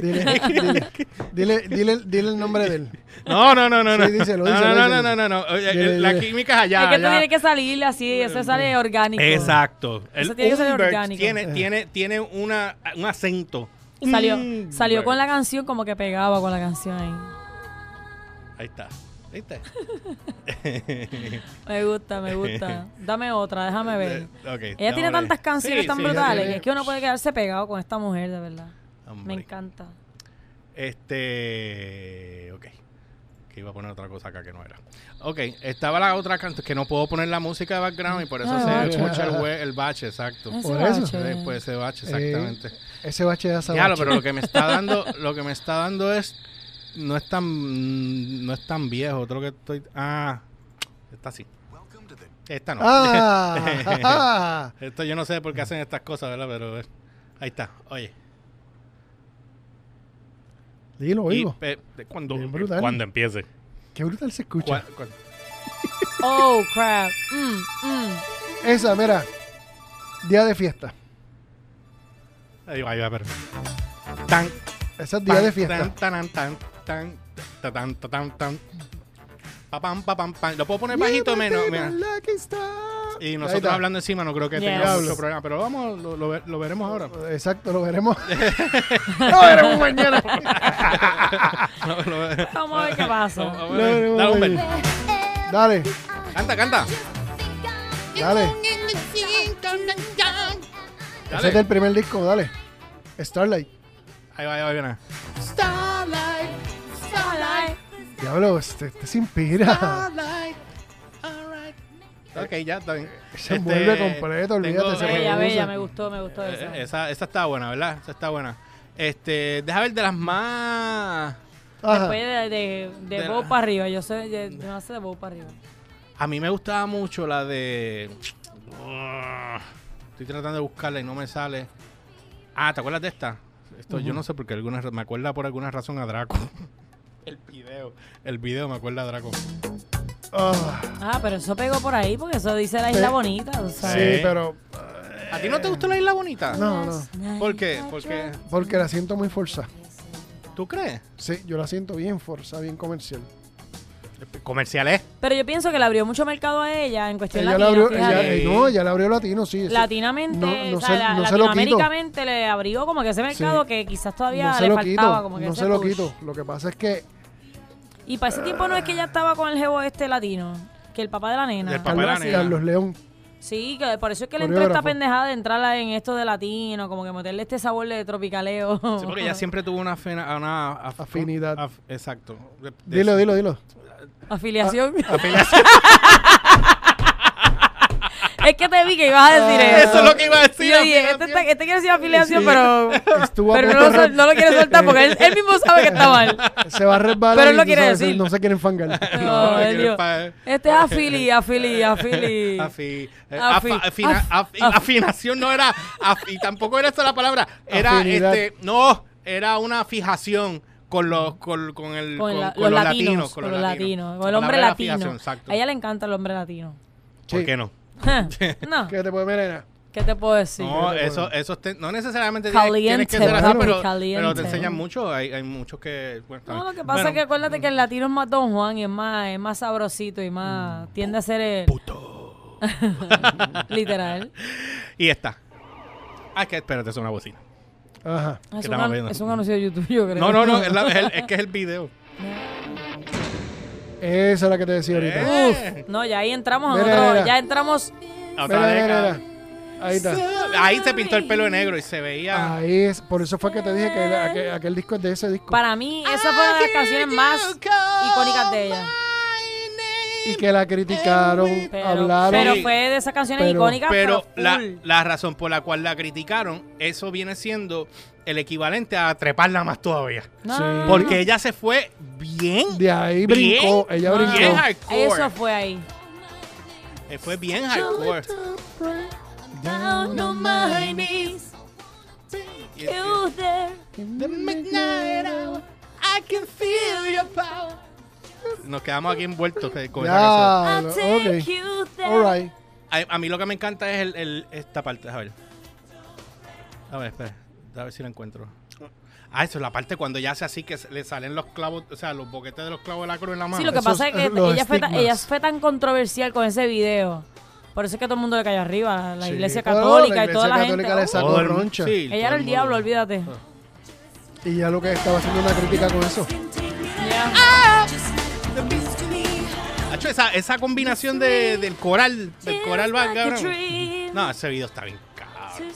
S2: dile, dile, dile, dile- dile el nombre de él.
S1: No, no, no, no, no.
S2: Sí, díselo,
S1: no, no,
S2: díselo,
S1: no, no,
S2: díselo.
S1: no, no. Oye,
S2: Dile,
S1: la
S2: dile.
S1: química es allá.
S3: es que tú
S1: allá.
S3: tienes que salir así, eso sale orgánico.
S1: Exacto.
S3: Eso tiene que ser
S1: Umberg
S3: orgánico.
S1: Tiene, tiene, tiene una, un acento.
S3: Salió,
S2: Mm,
S1: Umberg.
S3: salió con la canción como que pegaba con la canción ahí.
S1: Ahí está. Ahí está.
S3: Me gusta, me gusta. Dame otra, déjame ver.
S1: Eh, Ok,
S3: Ella tiene
S1: dámosle.
S3: tantas canciones
S1: Sí,
S3: tan
S1: sí,
S3: brutales
S2: tiene-
S3: que es que uno puede quedarse pegado con esta mujer, de verdad. Me
S1: Hombre.
S3: encanta.
S1: Este. Ok. Que iba a poner otra cosa acá que no era. Ok, estaba la otra canción que no puedo poner la música de background y por eso
S3: Ah,
S1: se
S3: bache.
S1: escucha el, hue- el bache, exacto.
S3: Ese
S2: Por eso.
S3: bache.
S1: Después ese bache, exactamente.
S2: Eh, ese bache de esa
S1: Diablo,
S2: bache.
S1: pero lo que me está dando, lo que me está dando es no es tan no es tan viejo, creo que estoy ah, está así. Esta no.
S2: Ah,
S1: [LAUGHS]
S2: [LAUGHS]
S1: Esto yo no sé por qué hacen estas cosas, ¿verdad? Pero eh, ahí está. Oye,
S2: dilo,
S1: y,
S2: oigo.
S1: eh, de- cuando
S2: Bien brutal.
S1: cuando empiece.
S2: Qué brutal se escucha.
S1: Cua- cua-
S3: Oh, crap. Mm, mm.
S2: Esa, mira. Día de fiesta.
S1: Ahí va, ahí va, pero. Tan,
S2: Esa es día
S1: pan,
S2: de fiesta.
S1: Tan, tan, tan, tan, ta, tan, ta, tan, tan. Pa, pam, pa, pam, pam. Lo puedo poner bajito o menos. mira. Y
S2: Ahí
S1: nosotros
S2: está.
S1: hablando encima no creo que
S3: Yes.
S1: tengamos mucho
S2: Diablo.
S1: problema, pero vamos, lo, lo ve- lo veremos ahora.
S2: Exacto, lo
S1: [LAUGHS]
S2: veremos. lo veremos mañana.
S1: Lo- lo ve-
S3: Vamos a ver qué
S1: [LAUGHS]
S3: pasa.
S1: vamos a ver. Dale un bel.
S2: Dale,
S1: Canta, canta.
S2: dale. Ese es
S1: Dale.
S2: del primer disco, dale. Starlight.
S1: Ahí va, ahí va, viene.
S2: Diablo, este, este se inspira.
S1: Ok, ya está bien. Este,
S2: Se envuelve completo, olvídate, se
S3: Bella,
S2: revoluce.
S3: bella, me gustó, me gustó esa.
S1: Eh, Esa, esa está buena, ¿verdad? Esa está buena. Este, deja ver de las más.
S2: Ajá.
S3: Después de, de, de
S1: De
S3: Bow
S1: la-
S3: para arriba, yo sé, yo, yo no sé de Bow para arriba.
S1: A mí me gustaba mucho la de. Estoy tratando de buscarla y no me sale. Ah, ¿te acuerdas de esta? Esto yo no sé por qué alguna ra- me acuerda por alguna razón a Draco. [LAUGHS] El video. El video me acuerda a Draco.
S2: Ah,
S3: Ah, pero eso pegó por ahí porque eso dice la isla
S2: Sí.
S3: bonita, o sea.
S2: sí, pero
S1: ¿A ti no te gustó la isla bonita?
S2: no, no.
S1: ¿Por qué? Porque
S2: Porque la siento muy forzada.
S1: tú crees.
S2: Sí, yo la siento bien forzada, bien comercial.
S1: Comerciales.
S3: Pero yo pienso que le abrió mucho mercado a ella en cuestión
S2: Ella la
S3: latina.
S2: abrió,
S3: fíjate.
S2: ella- eh, no, ella la abrió latino, sí. sí.
S3: Latinamente,
S2: No- no
S3: o sea,
S2: se-
S3: la-
S2: no se lo quito.
S3: latinoamericamente le abrió como que ese mercado
S2: Sí.
S3: que quizás todavía
S2: No se
S3: le
S2: lo
S3: faltaba.
S2: quito,
S3: como que
S2: no
S3: ese
S2: se lo
S3: push.
S2: quito. Lo que pasa es que
S3: Y para ese tiempo no es que ella estaba con el jevo este latino, que el papá de la nena.
S1: El papá
S3: algo
S1: de la
S3: así.
S1: nena.
S2: Carlos León,
S3: Sí, que por eso es que le entró esta
S2: Coreógrafo.
S3: pendejada de entrarla en esto de latino, como que meterle este sabor de tropicaleo.
S1: Sí,
S3: [LAUGHS]
S1: porque ella siempre tuvo una, afina- una af-
S2: Afinidad.
S1: af- exacto. De- de-
S2: dilo, dilo, dilo.
S3: Afiliación.
S1: Ah,
S3: [LAUGHS] es que te vi que ibas a decir
S2: Ah,
S3: eso.
S1: Eso es lo que iba a decir.
S3: Sí, yo dije, este,
S1: afinación.
S3: está- este quiere decir afiliación, pero,
S2: Estuvo a
S3: pero no,
S2: punto
S3: lo,
S2: de
S3: sol-
S2: re-
S3: no lo quiere soltar porque él, él mismo sabe que está
S1: [LAUGHS]
S3: mal.
S2: Se va a resbalar.
S3: Pero él
S2: y
S3: lo
S2: tú
S3: quiere
S2: sabes,
S3: decir.
S2: No se quiere
S3: [LAUGHS]
S2: enfangar.
S3: No,
S1: que
S3: él dijo,
S1: pa-
S3: este es afili,
S1: [LAUGHS]
S3: afili, afili.
S1: Afi- eh,
S3: Afi-
S1: afa- afina-
S3: af-
S1: afi-
S3: af-
S1: afinación no era af- y tampoco era esa la palabra era
S2: Afinidad.
S1: este no era una fijación con los con, con el
S3: Con,
S1: con-
S3: la-
S1: con
S3: los latinos, con los latinos, con el
S1: La palabra
S3: hombre
S1: era
S3: latino.
S1: fijación, exacto
S3: A ella le encanta el hombre latino.
S1: por
S2: Sí.
S1: qué no
S3: [LAUGHS]
S1: [LAUGHS]
S3: no.
S2: ¿Qué te puede merena?
S3: ¿Qué te puedo decir?
S1: no,
S2: te
S1: eso, eso te- no necesariamente
S3: Caliente,
S1: tienes, tienes que ser así,
S3: papi,
S1: pero,
S3: caliente.
S1: pero te enseñan mucho. Hay, hay muchos que. bueno,
S3: No, lo que pasa
S1: bueno,
S3: es que acuérdate que el latino es más Don Juan y es más, es más sabrosito y más.
S1: Mm.
S3: tiende a ser el. Puto. [LAUGHS] Literal.
S1: Y está. Ah, es que espérate, es una bocina.
S2: Ajá.
S3: Es un,
S1: estamos
S3: an-
S1: viendo?
S3: es un anuncio de YouTube, yo creo.
S1: No, no, no, es, la-
S2: [LAUGHS]
S1: es el- es que es el video.
S2: Esa es la que te decía ahorita.
S1: Eh,
S3: No, ya ahí entramos a
S2: Mira,
S3: otro.
S2: mira.
S3: Ya entramos.
S1: a otra
S2: Mira, mira,
S1: década.
S2: mira. Ahí está.
S1: Ahí se pintó el pelo de negro y se veía.
S2: Ahí es, por eso fue que te dije que era- aquel, aquel disco es de ese disco.
S3: Para mí, esa fue una de las canciones más icónicas de ella.
S2: Y que la criticaron,
S3: Pero,
S2: hablaron.
S3: pero
S1: Sí.
S3: fue de esas canciones
S2: Pero-
S3: icónicas.
S1: Pero la,
S3: full.
S1: la razón por la cual la criticaron, eso viene siendo el equivalente a treparla más todavía.
S3: No,
S2: Sí.
S3: no, no, no.
S1: Porque ella se fue bien.
S2: De ahí brincó, ella
S1: bien
S2: brincó.
S1: hardcore.
S3: Eso fue ahí.
S1: Eh, Fue bien hardcore. Y- y- Nos quedamos aquí envueltos eh, con esa
S2: Ya, ok. All right.
S1: canción. A, a mí lo que me encanta es el, el- esta parte. A ver. A ver, espera. A ver si la encuentro. Ah, eso es la parte cuando ya hace así que se- le salen los clavos, o sea, los boquetes de los clavos de la cruz en la mano.
S3: Sí, lo que
S2: Esos-
S3: pasa es que
S2: los
S3: ella fue, tan,
S2: estigmas.
S3: ella fue tan controversial con ese video. Por eso es que todo el mundo le cayó arriba, la, la
S2: Sí,
S3: iglesia
S2: claro, la
S3: católica y
S2: iglesia
S3: toda la
S2: católica
S3: gente.
S2: le
S3: "Oh,
S2: sacó
S1: Todo el-
S2: roncha.
S1: sí, todo
S3: ella era el
S1: mundo.
S3: diablo, olvídate.
S2: Ah. Y ya lo que estaba haciendo una crítica con eso.
S3: Ya.
S1: Hacho, esa, esa combinación de, del coral, del coral va, cabrón. No, ese video está bien cabrón.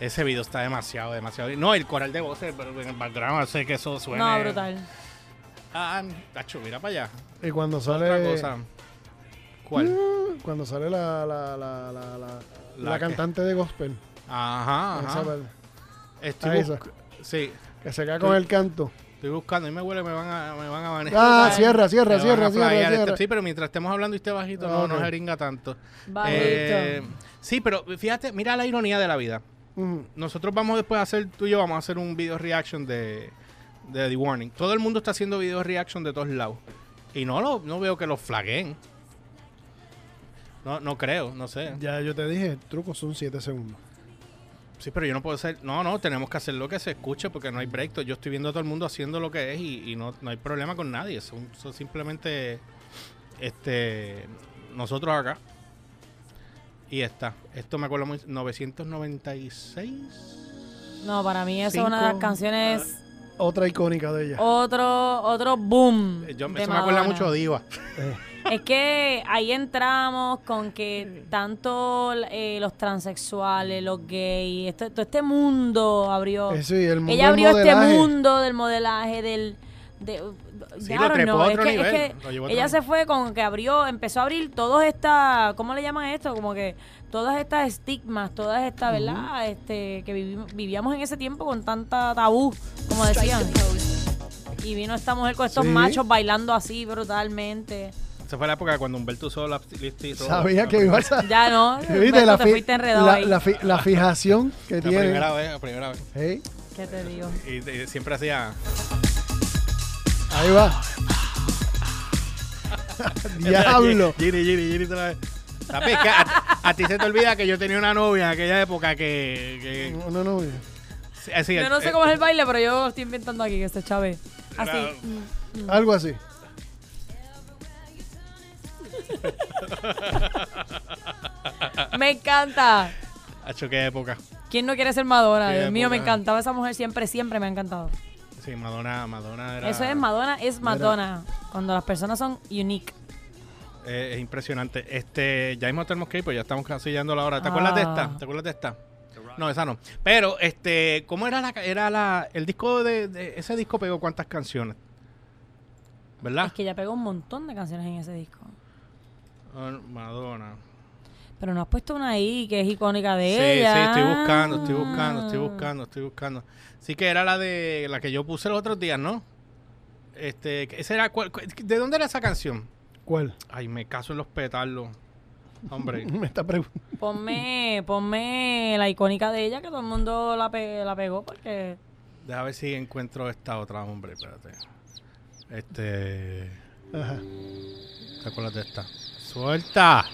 S1: Ese video está demasiado, demasiado bien. No, el coral de voces, pero en el background hace que eso suene.
S3: No, brutal.
S1: Ah, tacho, mira para allá.
S2: Y cuando sale.
S1: Otra cosa. ¿Cuál?
S2: Cuando sale la, la, la, la, la,
S1: ¿La
S2: la
S1: qué?
S2: cantante de gospel.
S1: Ajá,
S2: Esa
S1: ajá.
S2: parte,
S1: Estoy
S2: Ah, esa.
S1: busc- Sí,
S2: que se queda con el canto.
S1: estoy buscando. A mí me huele, me van a, me van a banear.
S2: Ah, cierra,
S1: Me
S2: cierra,
S1: van a
S2: cierra,
S1: flagear.
S2: cierra,
S1: Este-
S2: cierra.
S1: Sí, pero mientras estemos hablando y esté bajito,
S2: Ah,
S1: no,
S2: ok.
S1: no jeringa tanto.
S3: Bajito.
S1: Eh, sí, pero fíjate, mira la ironía de la vida.
S2: Ujú.
S1: Nosotros vamos después a hacer, tú y yo vamos a hacer un video reaction de, de The Warning. Todo el mundo está haciendo video reaction de todos lados. Y no lo, no veo que los flaguen. No, no creo, no sé.
S2: Ya yo te dije, el truco son 7 segundos.
S1: Sí, pero yo no puedo hacer. No, no, tenemos que hacer lo que se escuche porque no hay break. Yo estoy viendo a todo el mundo haciendo lo que es y, y no, no hay problema con nadie. Son, son simplemente este nosotros acá. Y está. Esto me acuerdo muy. 996.
S3: No, para mí esa es una de
S1: Cinco.
S3: las canciones.
S2: Ah, Otra icónica de ella.
S3: Oh. Otro, otro boom.
S1: Eh, Yo,
S3: de
S1: eso me acuerda
S3: Madonna.
S1: mucho a Diva.
S3: Es que ahí entramos con que tanto eh, los transexuales, los gays, esto- todo este mundo abrió.
S2: Eso y el mundo
S3: Ella abrió
S2: del modelaje.
S3: este mundo del modelaje, del... De,
S1: Sí,
S3: I
S1: lo
S3: don't
S1: trepó
S3: know,
S1: a
S3: es
S1: otro
S3: que- es
S1: nivel,
S3: que
S1: lo llevó a otro
S3: ella
S1: nivel.
S3: se fue con que abrió, empezó a abrir todos esta, ¿cómo le llaman esto? Como que todas estas estigmas, todas estas, ¿verdad? Este, que vivi- vivíamos en ese tiempo con tanta tabú, como decían. Y vino esta mujer con estos
S2: Sí.
S3: machos bailando así brutalmente.
S1: Esa fue la época cuando Humberto usó la listi y todo.
S2: Sabía
S1: La
S2: que
S1: prim-
S2: iba a salir.
S3: Ya no,
S2: [LAUGHS] ¿Viste?
S3: Humberto,
S2: La,
S3: te
S2: fi-
S3: fuiste enredado
S2: la-
S3: ahí.
S2: la fi- la fijación que
S1: La
S2: tiene.
S1: primera vez, la primera vez.
S2: Hey,
S3: ¿Qué te digo?
S1: Y, y siempre hacía.
S2: ahí [LAUGHS] va.
S1: [LAUGHS]
S2: Diablo.
S1: Giri, Giri, Giri otra vez. Papi, es que a, a ti se te olvida que yo tenía una novia en aquella época que. que-
S2: No, no, no.
S1: sí, así,
S3: Yo no sé
S1: eh,
S3: cómo es el baile, pero yo estoy inventando aquí que este chave. Así.
S2: Algo así.
S3: Me encanta.
S1: Hacho, qué Ah, época.
S3: ¿Quién no quiere ser Madonna?
S1: Qué
S3: Dios mío, me
S1: época.
S3: encantaba esa mujer. Siempre, siempre me ha encantado.
S1: Sí, Madonna, Madonna era.
S3: Eso es Madonna, es Madonna. Cuando las personas son unique.
S1: eh, es impresionante. Este, ya mismo tenemos que ir, pues ya estamos casi llegando la hora. ¿Te acuerdas de esta?
S3: Ah.
S1: ¿Te acuerdas de esta? No, esa no. Pero, este, ¿cómo era la, ca- era la, el disco de, de- ese disco pegó cuántas canciones? ¿Verdad?
S3: Es que ella pegó un montón de canciones en ese disco.
S1: Ah, Madonna.
S3: Pero no has puesto una ahí que es icónica de
S1: Sí,
S3: ella.
S1: sí, estoy buscando, estoy buscando, estoy buscando, estoy buscando. Sí que era la de la que yo puse los otros días, ¿no? Este, que ese era cuál- cu- ¿de dónde era esa canción?
S2: ¿Cuál?
S1: Ay, me caso en los petalos. Hombre,
S2: [LAUGHS]
S1: [LAUGHS]
S2: Me está preguntando.
S3: Ponme, ponme la icónica de ella que todo el mundo la, pe- la pegó porque.
S1: déjame ver si encuentro esta otra, hombre, espérate. Este,
S2: Ajá. Ah.
S1: ¿te acuerdas de esta? Suelta.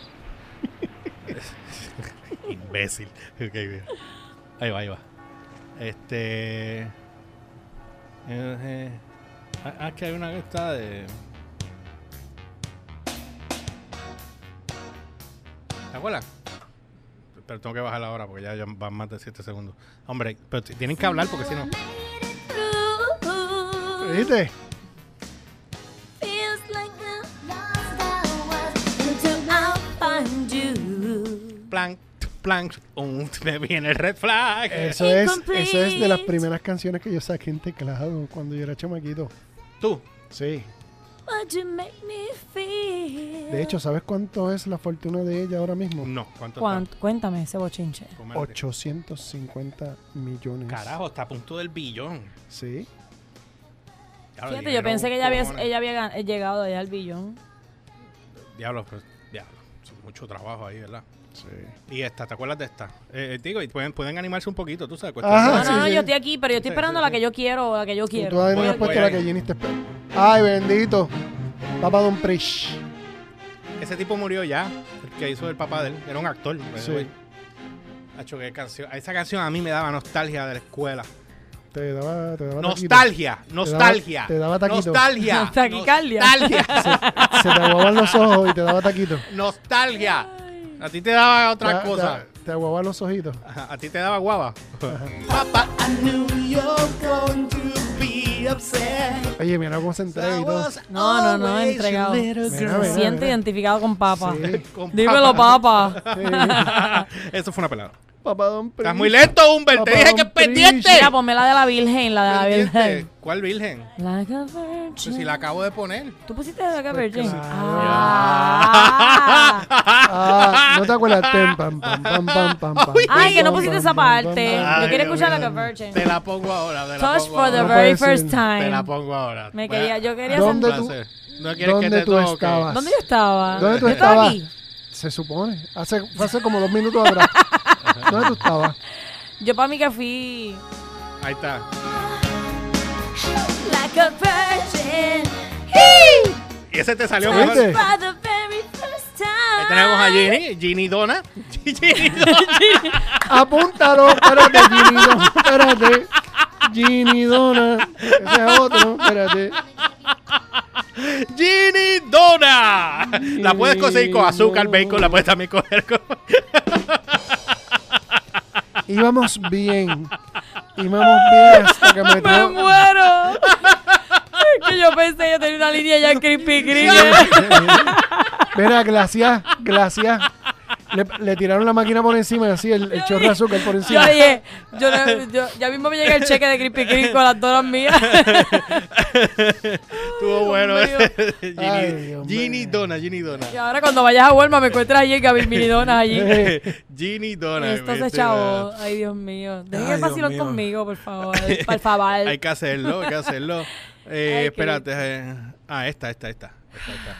S1: [LAUGHS] Imbécil. Ok, bien. Ahí va, ahí va. Este. eh, eh, ah, ah, es que hay una que está de. ¿Te acuerdas? Pero tengo que bajarla ahora porque ya, ya van más de 7 segundos. Hombre, pero t- tienen que hablar porque si no.
S2: ¿Viste?
S6: Feels like the
S1: Plank, plank, un, [LAUGHS] me viene el red flag.
S2: Eso es, eso es de las primeras canciones que yo saqué en teclado cuando yo era chamaquito.
S1: Tú.
S2: Sí.
S6: What you make me feel.
S2: De hecho, ¿sabes cuánto es la fortuna de ella ahora mismo?
S1: No, ¿cuánto
S3: Cuán- Cuéntame ese bochinche.
S1: está? Comadre.
S2: 850 millones.
S1: Carajo, está a punto del billón.
S2: Sí.
S1: Diablo,
S3: Fíjate, yo
S1: Ah, dinero,
S3: pensé que ella había,
S1: cojones.
S3: ella había gan- eh, llegado allá al billón.
S1: Diablo, pues, diablo. es Mucho trabajo ahí, ¿verdad?
S2: Sí.
S1: Y esta, ¿te acuerdas de esta? Eh, eh, digo, y pueden, pueden animarse un poquito, tú sabes.
S2: Ajá,
S1: cuestión
S3: No,
S1: de-
S2: sí,
S3: no, no,
S2: sí.
S3: yo estoy aquí, pero yo estoy
S1: Ah, Sí,
S3: esperando
S1: sí,
S3: la
S1: sí.
S3: que yo quiero, la que yo
S2: Y
S3: quiero.
S2: Tú todavía no
S1: Voy,
S2: has puesto
S1: voy
S2: la
S1: ahí.
S2: que Jenny te espera. Ay, bendito. Papá Don Prish.
S1: Ese tipo murió ya, el que hizo el papá de él. Era un actor. by the
S2: Sí.
S1: way. Hacho, qué canción. Esa canción a mí me daba nostalgia de la escuela.
S2: Te daba, te daba taquito.
S1: Nostalgia, nostalgia.
S2: te daba taquito.
S1: Nostalgia.
S3: [LAUGHS] Taquicardia.
S1: Nostalgia.
S2: [LAUGHS] Se te aguaban los ojos y te daba taquito.
S1: nostalgia. A ti te daba otra
S2: Te-
S1: cosa.
S2: Te, te aguaban los ojitos.
S1: Ajá, A ti te daba guava. Papá, I knew you're going to be upset.
S2: Oye, mira cómo se entrega y todo.
S3: No, no, no,
S1: always
S3: entregado.
S1: your little
S2: Mira,
S1: girl.
S3: Me
S2: mira,
S3: siento
S2: mira.
S3: identificado con Papa.
S2: Sí.
S3: [LAUGHS]
S1: Con
S3: Dímelo, Papa.
S1: [LAUGHS] Eso fue una pelada.
S2: Papá Don Prish.
S1: Estás muy lento, Humbert. Te
S2: Papá,
S1: dije que
S2: don Prince.
S1: pendiente.
S2: Sí.
S3: Mira, ponme la de la Virgen, la de la
S1: Pendiente.
S3: Virgen.
S1: ¿Cuál virgen?
S3: Like a
S1: Pues si
S3: virgin.
S1: la acabo de poner.
S3: ¿Tú pusiste like a virgin?
S2: claro.
S3: Ah.
S2: Ah, no te acuerdas. Tem, pam, pam, pam, pam, pam, pam,
S3: Ay, que no
S2: pam,
S3: pusiste
S2: pam,
S3: esa
S2: pam,
S3: parte.
S2: pam,
S1: Ay,
S3: Yo
S1: Dios
S3: quiero escuchar
S1: mío.
S3: like a virgin.
S1: Te la pongo ahora. Te la
S3: Touch
S1: pongo
S3: for the
S1: ahora.
S2: No
S3: very
S2: puede
S3: first
S2: ser.
S1: Te la
S3: time.
S1: pongo ahora.
S3: Me quería, yo quería
S2: ¿Dónde
S3: sentar-
S2: tú-
S1: placer. No quieres
S2: ¿Dónde
S1: que te
S2: tú
S1: toque.
S2: estabas?
S3: ¿Dónde yo estaba?
S2: ¿Dónde tú
S3: Yo estaba
S2: estabas?
S3: aquí.
S2: Se supone. Hace, fue hace como dos minutos atrás. ¿Dónde tú estabas?
S3: Yo para mí que fui.
S1: Ahí está.
S6: Like a virgin.
S1: Y ese te salió mejor.
S2: ¿Viste?
S1: Ahí
S6: For the very first time.
S1: tenemos a Ginny. Ginny Dona. [LAUGHS] Ginny Dona.
S2: Apúntalo, espérate, Ginny Dona, espérate. Ginny Dona, ese es otro, espérate.
S1: Ginny Dona. La puedes conseguir con azúcar,
S2: Ginny Dona.
S1: bacon. La puedes también coger
S2: [LAUGHS]
S1: con...
S2: Íbamos bien, íbamos bien hasta que me
S3: [LAUGHS] ¡Me
S2: dio...
S3: muero! Es que yo pensé, yo tenía una línea ya creepy, creepy.
S2: Mira, glaciar, glaciar. Le, le tiraron la máquina por encima, así, el, el chorro de azúcar por
S3: Yo
S2: encima.
S3: dije, yo, no- yo- ya mismo me llega el cheque de creepy creepy con las donas mías. [LAUGHS]
S1: Estuvo bueno.
S3: mío.
S1: [LAUGHS] Ginny,
S2: Ay, Dios
S1: Ginny
S2: mío.
S1: Dona. Ginny Dona.
S3: Y ahora cuando vayas a Walmart me encuentras allí en Gavilminidonas allí.
S1: [LAUGHS] Ginny Dona.
S3: Entonces,
S1: ¿viste? [LAUGHS]
S3: chavo, ay Dios mío. Dejen el
S1: Ay, Dios
S3: vacilón
S1: mío.
S3: conmigo,
S1: [LAUGHS]
S3: por favor. Por favor.
S1: Hay que hacerlo, hay que
S2: [LAUGHS]
S1: hacerlo. Eh,
S3: Ay, qué
S1: espérate. eh, Ah, esta, esta, esta. esta, esta.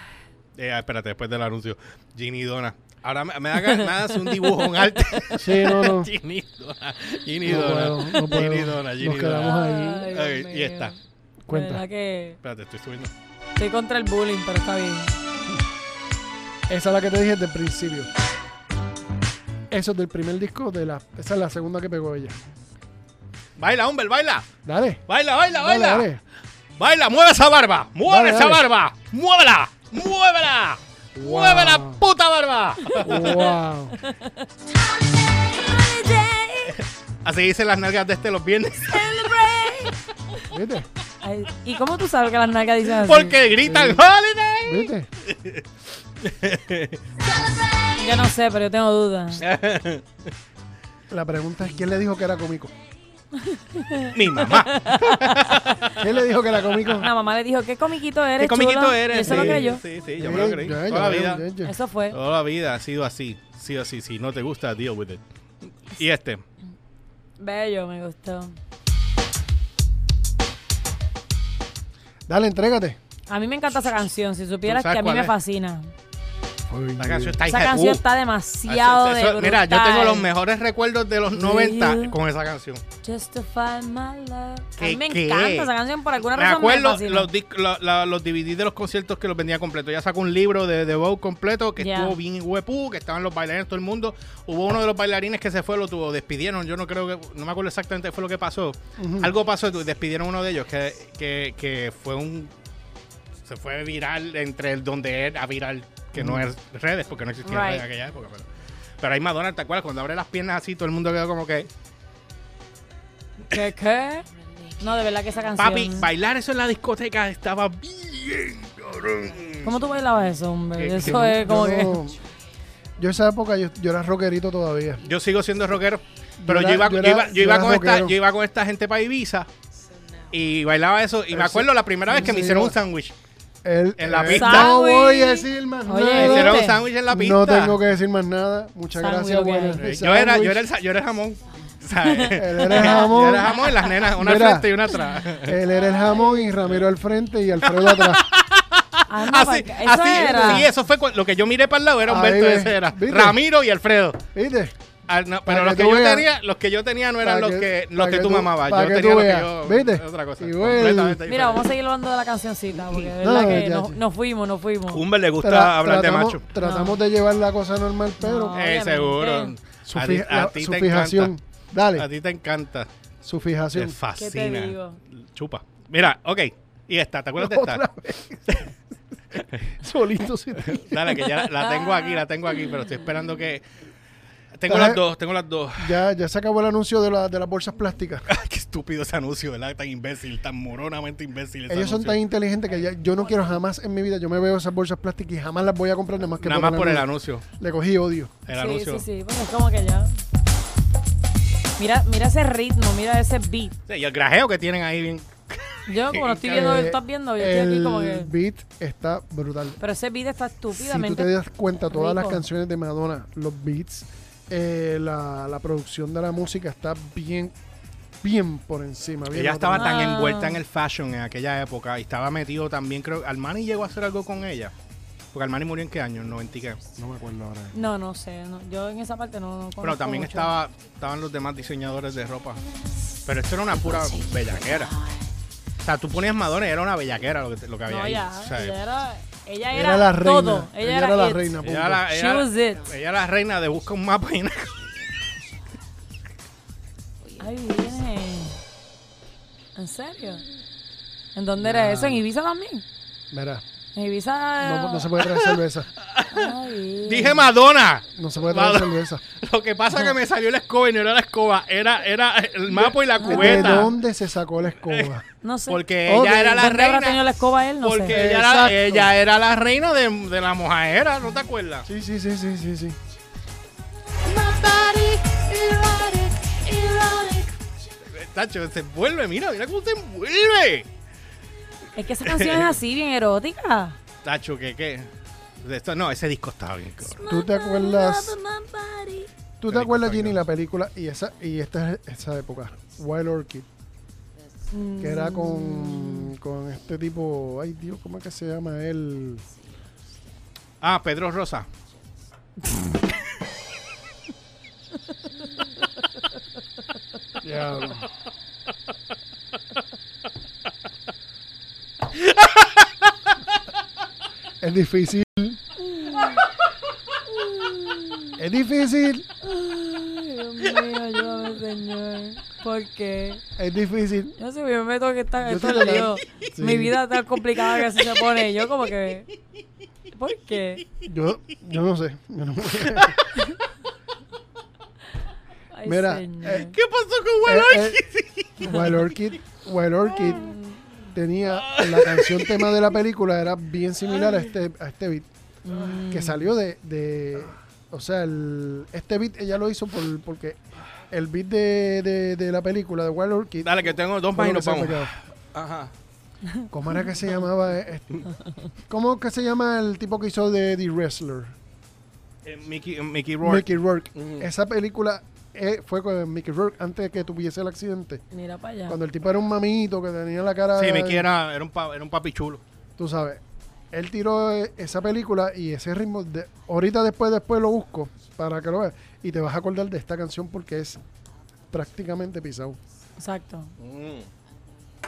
S1: Eh, ah, espérate, después del anuncio. Ginny Dona. Ahora me, me hagas me hagas un dibujo, un arte.
S2: Sí, no, [LAUGHS] no.
S1: Ginny Dona. Ginny
S2: No
S1: Dona.
S2: puedo, no puedo.
S1: Ginny Dona.
S2: Nos
S1: Ginny
S2: quedamos
S1: Dona.
S2: ahí.
S3: Ay,
S1: Ay,
S3: Dios
S1: y
S3: mío.
S1: está.
S3: De
S2: Cuenta.
S3: verdad que
S1: Espérate, estoy subiendo.
S3: estoy contra el bullying, pero está bien.
S2: Esa es la que te dije desde el principio. Eso es del primer disco, de la, esa es la segunda que pegó ella.
S1: Baila, hombre, baila.
S2: Dale,
S1: Baila, baila,
S2: dale,
S1: baila.
S2: dale.
S1: Baila, mueve esa barba. Mueve
S2: Dale,
S1: esa
S2: dale.
S1: barba. Muévela. Muévela.
S2: Wow.
S1: Mueve la puta barba.
S2: Wow.
S1: Así dicen las nalgas de este los viernes.
S2: ¿Viste?
S3: Ay, ¿Y cómo tú sabes que las nalgas dicen así?
S1: Porque gritan holiday.
S2: ¿Viste?
S3: Yo no sé, pero yo tengo
S1: [LAUGHS]
S3: dudas.
S2: La pregunta es quién le dijo que era cómico.
S1: Mi mamá.
S2: ¿Quién le dijo que era cómico?
S3: La mamá le dijo, ¿qué comiquito eres?
S1: ¿Qué comiquito
S3: chulo?"
S1: eres?
S3: Y Eso lo
S1: sí,
S3: creyó.
S1: Sí, Oh. sí, yo me lo
S2: Sí,
S1: creí. Toda
S2: ya, ya,
S1: la
S2: ya,
S1: vida.
S2: ya, ya.
S3: Eso fue.
S1: Toda la vida ha sido así. Sí o sí, si no te gusta, deal with it. Y este.
S3: Bello, me gustó.
S2: Dale, entrégate.
S3: A mí me encanta esa canción. Si supieras
S1: sabes
S3: que a mí
S1: cuál
S3: me
S1: es?
S3: fascina.
S1: La canción está hija
S3: Esa
S1: de
S3: canción
S1: pu-
S3: está
S1: Eso-
S3: demasiado
S1: eso-
S3: de
S1: Mira, yo
S3: brutal.
S1: tengo los mejores recuerdos de los 90 con esa canción.
S3: Justify my love. A
S1: ¿Qué-
S3: mí me
S1: qué?
S3: encanta esa canción por alguna
S1: Me
S3: razón.
S1: acuerdo
S3: fascina.
S1: los, disc- la- la- los DVD de los conciertos que los vendía completo. Ya sacó un libro de The Bow completo que
S3: Ya.
S1: estuvo bien huepú, que estaban los bailarines, todo el mundo. Hubo uno de los bailarines que se fue, lo tuvo, despidieron. Yo no creo que, no me acuerdo exactamente qué fue lo que pasó. Algo pasó, despidieron uno de ellos que, que, que fue un. Se fue viral entre el donde era viral, que no es redes, porque no existían
S3: Right.
S1: redes en aquella época. Pero, pero ahí Madonna, ¿te acuerdas? Cuando abre las piernas así, todo el mundo quedó como que.
S3: ¿Qué, qué? No, de verdad que esa canción.
S1: Papi, bailar eso en la discoteca estaba bien, cabrón.
S3: ¿Cómo tú bailabas eso,
S1: Que-
S3: hombre?
S1: que
S3: Eso
S1: no-
S3: es como Eh, que. [LAUGHS]
S2: yo, yo esa época yo, yo era rockerito todavía.
S1: Yo sigo siendo rockero, pero yo,
S2: era-
S1: iba,
S2: yo
S1: yo
S2: era-
S1: iba, yo
S2: yo
S1: iba
S2: era
S1: con esta,
S2: rockero.
S1: yo iba con esta gente para Ibiza y bailaba eso. Y me acuerdo la primera vez que me
S2: sí,
S1: hicieron
S2: yo-
S1: un sándwich.
S2: El-
S1: En la
S2: eh,
S1: pista.
S2: No voy a
S3: Sándwich.
S2: decir más
S3: Oye,
S1: Me
S2: nada.
S1: hicieron un
S3: ¿viste?
S1: sándwich en la pista.
S2: No tengo que decir más nada. Muchas
S3: Sándwich,
S2: gracias,
S3: ok.
S2: buenas.
S1: Eh, Yo era, yo [LAUGHS] era el, sa- yo era el jamón. ¿sabes?
S2: Él [LAUGHS] era el
S1: [LAUGHS]
S2: jamón.
S1: Yo era el jamón y las nenas, una al
S2: Mira.
S1: frente y una
S3: [LAUGHS]
S1: atrás.
S2: Él era el jamón y Ramiro al frente y Alfredo atrás.
S3: Anda,
S1: Así,
S3: pa- pues, eso
S1: así,
S3: era.
S1: sí, eso fue cu- lo que yo miré para el lado era
S2: Ahí
S1: Humberto,
S2: ves,
S1: ese era
S2: ¿viste?
S1: Ramiro y Alfredo.
S2: ¿Viste?
S1: Ah, no,
S2: Para
S1: pero los
S2: que
S1: que,
S2: tú
S1: yo
S2: veas.
S1: tenía, los que yo tenía no eran
S2: Para
S1: los
S2: que-
S1: que, los
S2: para
S1: que,
S2: que
S1: tú
S2: tú-
S1: mamabas.
S2: para
S1: Yo
S2: que
S1: tenía
S2: tú
S1: los que
S2: veas.
S1: yo.
S2: ¿Viste?
S1: Otra cosa.
S2: Y bueno.
S1: completamente
S3: Mira,
S1: diferente.
S3: vamos a seguir hablando de la cancioncita, porque de
S2: No,
S3: verdad que
S2: ya,
S3: no-
S2: ya.
S3: nos fuimos, nos fuimos.
S1: Humber le gusta
S2: Tra-
S1: hablar de
S2: tratamos-
S1: macho.
S2: Tratamos de llevar la cosa normal, pero
S3: No.
S1: Eh,
S3: Obviamente.
S1: seguro.
S2: su,
S1: a
S2: fi-
S1: ti, a
S2: la-
S1: ti
S2: su
S1: te
S2: fijación.
S1: encanta. A
S2: Dale,
S1: ti te encanta.
S2: su
S1: Te
S2: fijación.
S1: fascina.
S3: digo?
S1: Chupa. Mira, ok. Y esta, ¿te acuerdas de esta?
S2: Otra vez. [LAUGHS] Solito se te-
S1: Dale, que ya la tengo aquí, la tengo aquí, pero estoy esperando que. Tengo
S2: Dale.
S1: las dos, tengo las dos. [LAUGHS]
S2: ya, ya se acabó el anuncio de, la- de las bolsas plásticas.
S1: Ay, qué estúpido [LAUGHS] ese anuncio, ¿verdad? Tan imbécil, tan moronamente imbécil. ese
S2: Ellos son tan
S1: anuncio.
S2: inteligentes que ya- yo no quiero jamás en mi vida. Yo me veo esas bolsas plásticas y jamás las voy a comprar nada más que
S1: Nada más por el anuncio.
S2: Le cogí odio.
S1: El
S3: sí,
S1: anuncio.
S3: sí, sí, bueno, es como que ya. Mira, mira ese ritmo, mira ese beat.
S1: Sí, y el grajeo que tienen ahí bien.
S3: Yo como lo estoy viendo,
S2: Eh,
S3: estás viendo, yo estoy aquí
S2: El
S3: como que...
S2: beat está brutal.
S3: Pero ese beat está
S2: Si tú
S3: estúpidamente...
S2: te das cuenta, todas las
S3: rico.
S2: canciones de Madonna, los beats, eh, la, la producción de la música está bien, bien por encima. Bien
S1: Ella estaba tan
S3: Ah.
S1: envuelta en el fashion en aquella época y estaba metido también, creo. Armani llegó a hacer algo con ella. Porque Armani murió en qué año, en 90 y qué.
S2: No me acuerdo ahora.
S3: No, no sé, no, yo en esa parte no, no
S1: Pero
S3: conozco
S1: también
S3: mucho.
S1: estaba, estaban los demás diseñadores de ropa. Pero esto era una pura bellaquera. O sea, tú ponías Madonna y era una bellaquera lo que, lo que había
S3: No,
S1: ahí.
S3: ya,
S1: O sea,
S3: ella
S1: ella
S3: era... Ella era,
S2: Era la reina.
S3: todo. Ella, era,
S2: la
S3: it.
S2: reina. punto.
S1: era la,
S3: She
S1: ella,
S3: was it.
S1: ella era la reina de busca un mapa y una
S3: Ay, viene. ¿En serio? ¿En dónde era eso? ¿En Ibiza también?
S2: Mira,
S3: En Ibiza...
S2: no, no se puede traer cerveza.
S3: Ay,
S1: [LAUGHS] Dije Madonna.
S2: No se puede traer
S1: Madonna.
S2: cerveza.
S1: Lo que pasa que me salió la escoba y no era la escoba, era, era el mapa y la
S2: ¿De
S1: cubeta.
S2: dónde se sacó la escoba?
S3: no sé.
S1: Porque
S2: Ok.
S1: ella era la
S3: ¿Dónde habrá
S1: reina.
S3: tenido la escoba él? No
S1: porque
S3: sé.
S1: ella era,
S2: Exacto.
S1: ella era la reina de, de la mojadera, ¿no te acuerdas?
S2: Sí, sí, sí, sí, sí, sí.
S6: My body, erotic, erotic.
S1: Tacho, se envuelve, mira, mira cómo se envuelve.
S3: Es que esa canción es así, bien erótica.
S1: Tacho, ¿qué qué? De esto, no, ese disco estaba bien. cabrón.
S2: ¿Tú te acuerdas?
S6: My body.
S2: ¿Tú te
S1: Película
S2: acuerdas,
S1: española.
S2: Jenny, la película y esa y esta es esa época? Wild Orchid. Que era con, con este tipo, ay Dios, ¿cómo es que se llama él?
S1: Ah, Pedro Rosa.
S2: Diablo. es difícil. es difícil,
S3: Ay, Dios mío, ayúdame, señor. ¿Por qué?
S2: es difícil.
S3: Yo sé, yo me meto que está
S2: Yo
S3: esto
S2: sé que la-
S3: lío.
S2: sí.
S3: Mi vida tan complicada que así se pone. Yo como que... ¿Por qué?
S2: Yo, yo no sé. Yo no-
S3: Ay,
S2: Mira,
S3: señor.
S2: eh,
S1: ¿Qué pasó con Wild
S2: Eh,
S1: Orchid?
S2: eh, Wild Orchid, Wild Orchid tenía la canción tema de la película era bien similar a este a este beat que salió de, de- o sea el- este beat ella lo hizo por- porque el beat de, de- de la película de Wild Orchid
S1: Dale, que tengo dos
S2: fue
S1: más y
S2: lo que
S1: nos
S2: se
S1: vamos.
S2: pegó.
S1: Ajá.
S2: ¿Cómo era que se llamaba? eh, este? ¿Cómo que se llama el tipo que hizo de The Wrestler?
S1: Eh, Mickey, eh, Mickey Rourke.
S2: Mickey Rourke.
S1: Ujú.
S2: Esa película eh, fue con Mickey Rourke antes de que tuviese el accidente.
S3: Mira para allá.
S2: Cuando el tipo era un mamito que tenía la cara.
S1: Sí, Mickey era, era, un pa- era un papi chulo.
S2: Tú sabes. Él tiró eh, esa película y ese ritmo. De, ahorita después, después lo busco para que lo veas. Y te vas a acordar de esta canción porque es prácticamente pisado.
S3: Exacto.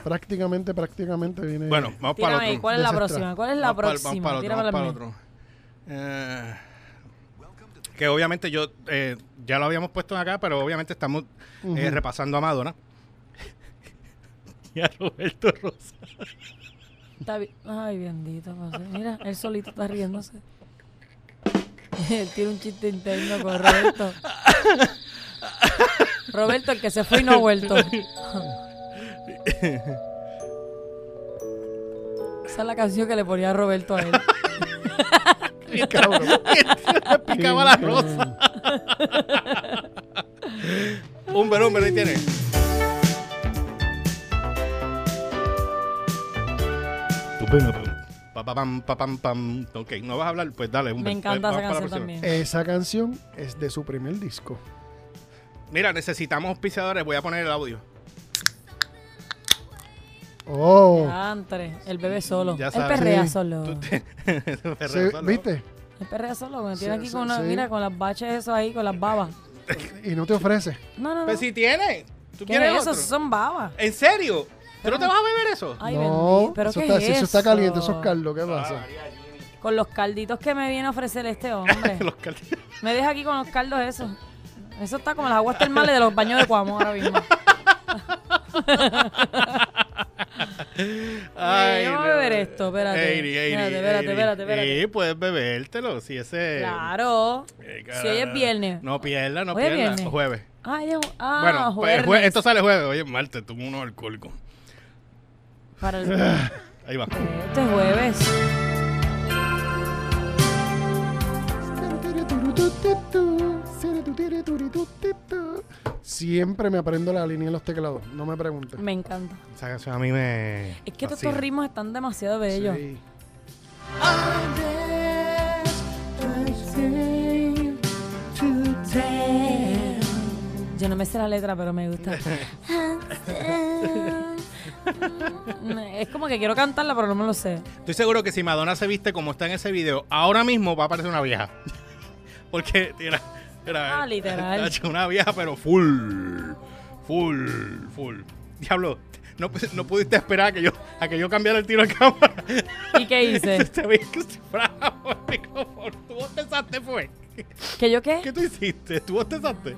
S2: Prácticamente, prácticamente viene.
S1: Bueno, vamos para
S3: Tírame,
S1: el otro.
S3: ¿cuál es la
S2: Desastre.
S3: próxima? ¿Cuál es la
S1: Vamos pa'l-
S3: próxima?
S1: Vamos para
S3: Tíramela
S1: el
S3: a mí.
S1: otro. vamos pa'l otro. Eh, que obviamente yo eh, ya lo habíamos puesto acá, pero obviamente estamos eh, repasando a Madonna [LAUGHS] y a Roberto Rosa.
S3: Está bi- Ay, bendito. José. Mira, él solito está riéndose. él tiene un chiste interno con Roberto. Roberto, el que se fue y no ha vuelto. Esa es la canción que le ponía Roberto a él.
S1: [LAUGHS]
S2: Cabrón.
S1: Picaba la rosa. Hombre, hombre, ahí tiene. Pa, pa, pam, pa, pam, pam. Ok, no vas a hablar, pues dale.
S3: Me
S1: hombre.
S3: encanta
S1: Vamos
S3: esa
S1: para la
S3: canción
S1: próxima.
S3: también.
S2: Esa canción es de su primer disco.
S1: Mira, necesitamos auspiciadores. Voy a poner el audio. [LAUGHS]
S2: Oh,
S3: Ah. Antre, el bebé solo.
S1: Ya
S3: el
S1: sabes.
S3: perrea
S2: Sí.
S3: solo.
S1: Tú te- Perreo
S2: se-
S1: solo.
S2: ¿viste?
S3: El perrea solo. Me
S2: Sí,
S3: tiene aquí
S2: sí,
S3: con una,
S2: sí.
S3: mira, con las baches eso ahí, con las babas.
S2: Y no te ofrece.
S3: No, no, no.
S1: Pues si tiene. ¿Tú
S3: ¿Qué es
S1: quieres
S3: eso?
S1: otro?
S3: Son babas.
S1: ¿En serio? ¿Tú no te vas a beber eso?
S3: Ay,
S2: no,
S3: bendito. ¿Pero
S2: eso
S3: qué
S2: está,
S3: es
S2: si eso está
S3: eso?
S2: caliente, eso es Carlos, ¿qué pasa?
S3: Con los calditos que me viene a ofrecer este hombre.
S1: [LAUGHS]
S2: [LAUGHS]
S1: Los cal-
S3: me deja aquí con los caldos eso. Eso está como las aguas termales de los baños de Cuamo ahora mismo.
S2: [LAUGHS]
S1: Ay,
S3: yo voy a
S1: no.
S3: beber esto, espérate.
S1: Eri, Eri,
S3: Espérate, espérate,
S1: Eri.
S3: espérate, espérate.
S1: Sí, puedes bebértelo, si ese...
S3: Claro.
S1: Eh,
S3: Si hoy es viernes.
S1: No pierda, no
S3: Hoy es
S1: pierda.
S3: viernes.
S1: Jueves.
S3: Ay, Dios. Ah,
S1: bueno, pues,
S3: jueves.
S1: jue- esto sale jueves. Oye, martes, tú uno alcohólico.
S3: Para
S2: [LAUGHS]
S3: el... Este
S1: Ahí va.
S3: es jueves.
S2: Siempre me aprendo la línea de los teclados, no me preguntes.
S3: Me encanta.
S1: Esa canción a mí me...
S3: Es que todos
S1: fascina.
S3: estos ritmos están demasiado bellos.
S2: Sí.
S3: Yo no me sé la letra, pero me
S2: [LAUGHS]
S3: gusta. es como que quiero cantarla, pero no me lo sé.
S1: Estoy seguro que si Madonna se viste como está en ese video, ahora mismo va a aparecer una vieja. [LAUGHS] Porque era, era
S3: Ah, literal.
S1: [LAUGHS] tacho, una vieja, pero full. Full, full. Diablo, no, pu- no pudiste esperar a que, yo, a que yo cambiara el tiro de [LAUGHS] cámara.
S3: ¿Y qué hice?
S1: Te veía que [LAUGHS] se bravo, amigo. ¿Tú botezaste fue?
S3: ¿Que yo qué?
S1: ¿Qué tú hiciste? ¿Tú botezaste?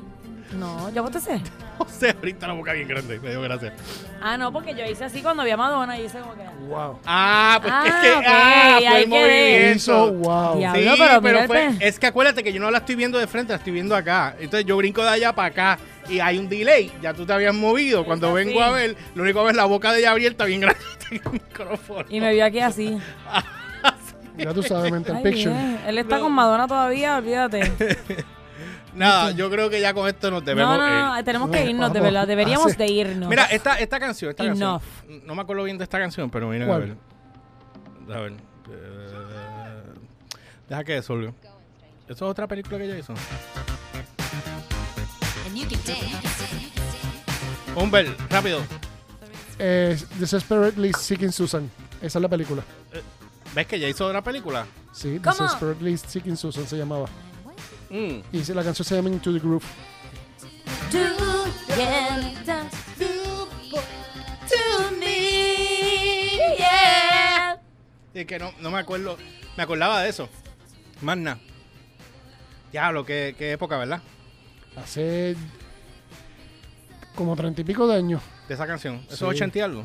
S3: No, ¿yo botecé?
S1: O sea, ahorita la boca bien grande. Me dio gracia.
S3: Ah, no, porque yo hice así cuando vi a Madonna y hice como que...
S2: Wow.
S1: Ah, pues es
S3: Ah,
S1: que...
S3: ok,
S1: ah, fue
S3: ahí
S1: el
S3: quedé.
S1: movimiento.
S2: Hizo wow.
S3: Diablo.
S1: Sí,
S3: Habló,
S1: pero,
S3: pero
S1: fue-
S3: mírate.
S1: es que acuérdate que yo no la estoy viendo de frente, la estoy viendo acá. Entonces yo brinco de allá para acá y hay un delay. Ya tú te habías movido. Cuando
S3: así.
S1: vengo a ver, lo único que ves es la boca de ella abierta bien grande [LAUGHS] en el micrófono.
S3: Y me vio aquí así.
S2: Ya tú sabes, mental
S3: [LAUGHS] Ay,
S2: picture.
S3: bien. Él está con Madonna todavía, olvídate.
S1: Nada, yo creo que ya con esto nos debemos
S3: No, no, no, eh,
S1: ir.
S3: tenemos que irnos, de
S2: vamos.
S3: verdad. Deberíamos
S2: Así.
S3: de irnos.
S1: Mira, esta, esta canción, esta
S3: Enough.
S1: canción. No me acuerdo bien de esta canción, pero miren a
S2: ¿Cuál?
S1: ver. A ver. Eh, deja que desolve. ¿Eso es otra película que ella hizo? Humber, rápido.
S2: Eh, Desesperately Seeking Susan. Esa es la película.
S1: ¿Ves que ya hizo otra película?
S2: Sí,
S3: ¿Cómo?
S2: Desesperately Seeking Susan se llamaba.
S1: Mm.
S2: Y se- la canción se llama Into the Groove.
S1: Es que no, no me acuerdo. Me acordaba de eso. Más nada. Diablo, qué, qué época, ¿verdad?
S2: Hace como treinta y pico de años.
S1: De esa canción. Eso es
S2: Sí.
S1: 80 y algo.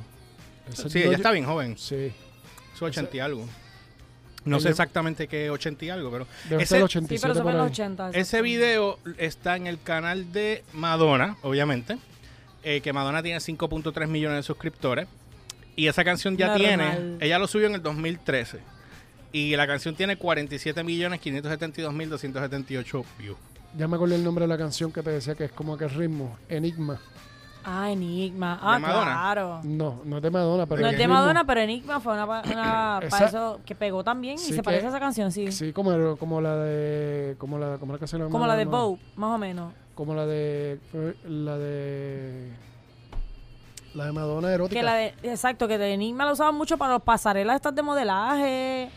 S2: Ese
S1: Sí,
S2: yo-
S1: ella está bien joven. Eso
S2: Sí,
S1: es 80 y algo. No sé
S2: Ella-
S1: exactamente qué 80 y algo, pero.
S2: debe
S1: Ese-
S2: ser
S3: sí,
S2: 87
S3: pero eso fue
S2: por
S3: en los
S2: ahí.
S3: 80. eso.
S1: Ese video está en el canal de Madonna, obviamente. eh, que Madonna tiene 5.3 millones de suscriptores. Y esa canción ya
S3: Normal.
S1: tiene. Ella lo subió en el 2013. Y la canción tiene 47 millones 572 mil 278 views.
S2: Ya me acordé el nombre de la canción que te decía que es como aquel ritmo. Enigma.
S3: Ah, Enigma. Ah,
S1: ¿De Madonna?
S3: claro.
S2: No, no es de Madonna, pero.
S3: No
S2: el
S3: es de
S2: ritmo-
S3: Madonna, pero Enigma fue una, pa- una
S2: Esa-
S3: para eso que pegó también
S2: Sí
S3: y se
S2: que-
S3: parece a esa canción, sí.
S2: Sí, como, como la de. Como la, como la canción
S3: Como la de
S2: Madonna.
S3: Bow, más o menos.
S2: Como la de. La de. La de Madonna erótica.
S3: Que la de, exacto, que de Enigma la usaban mucho para los pasarelas estas de modelaje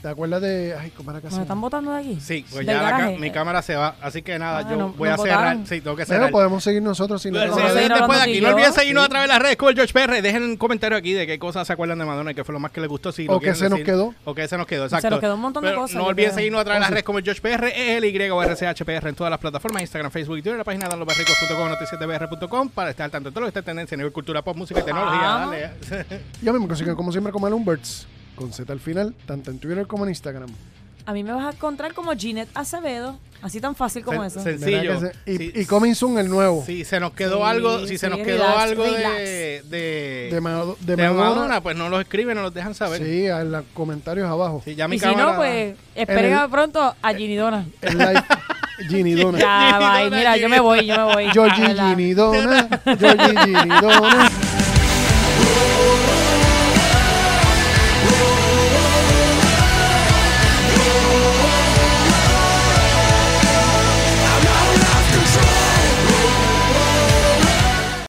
S2: ¿Te acuerdas de. Ay, ¿cómo era que
S3: ¿Nos
S2: se
S3: están
S2: llama?
S3: botando de aquí?
S1: Sí, pues
S3: Del
S1: ya la ca-
S3: garaje.
S1: mi cámara se va. Así que nada,
S3: Ah,
S1: yo
S3: no-
S1: voy a
S3: nos
S1: cerrar.
S3: botaron.
S1: Sí, tengo que cerrar.
S2: Pero podemos seguir nosotros sin
S1: Pero
S2: la
S1: se
S3: vamos a
S1: ve
S3: seguir
S1: después de
S3: hablando
S1: aquí.
S3: tú y
S1: No
S3: yo.
S1: olviden seguirnos a través de las redes con el George PR. Dejen un comentario aquí de qué cosas se acuerdan de Madonna y qué fue lo más que les gustó. Si lo
S2: O qué
S1: quieren
S2: se nos
S1: decir.
S2: quedó.
S1: O qué se nos quedó, exacto.
S3: nos quedó un montón de
S1: Pero
S3: cosas,
S1: No
S3: yo
S1: olviden
S3: creo.
S1: seguirnos a través de las
S2: Oh, sí.
S1: redes como el George PR, ELY o RCHPR en todas las plataformas: Instagram, Facebook y Twitter. La página de losbarricos.com, noticiasdebr.com para estar al tanto de todo lo que está en tendencia a nivel cultura, pop, música y tecnología.
S3: Ah.
S1: Dale.
S2: Yo me consigo, como siempre, como el Umberts, con Z al final, tanto en Twitter como en Instagram.
S3: A mí me vas a encontrar como Ginette Acevedo. Así tan fácil como
S1: Sen-
S3: eso.
S1: sen-
S2: ¿Verdad
S1: Sencillo.
S2: que se- y,
S1: Sí.
S2: y Coming Soon, el nuevo.
S1: Si se nos quedó
S3: Sí,
S1: algo, si se
S3: sí,
S1: nos quedó
S3: relax,
S1: algo
S3: relax.
S1: de, de,
S2: De, Mado- de
S1: de Madonna,
S2: Madonna.
S1: pues no los escriben, no los dejan saber.
S2: Sí, en los comentarios abajo.
S1: Sí, ya mi
S3: y si
S1: cámara-
S3: no, pues esperen
S2: el-
S3: a pronto a
S1: [LAUGHS]
S3: Ginny Dona.
S2: El live Ginny Dona.
S3: Ya,
S1: Ginny
S3: bye.
S1: Dona,
S3: Mira, yo
S1: Ginny.
S3: me voy, yo me voy.
S1: [LAUGHS]
S2: Georgie
S3: Hola.
S2: Ginidona, Georgie Ginidona.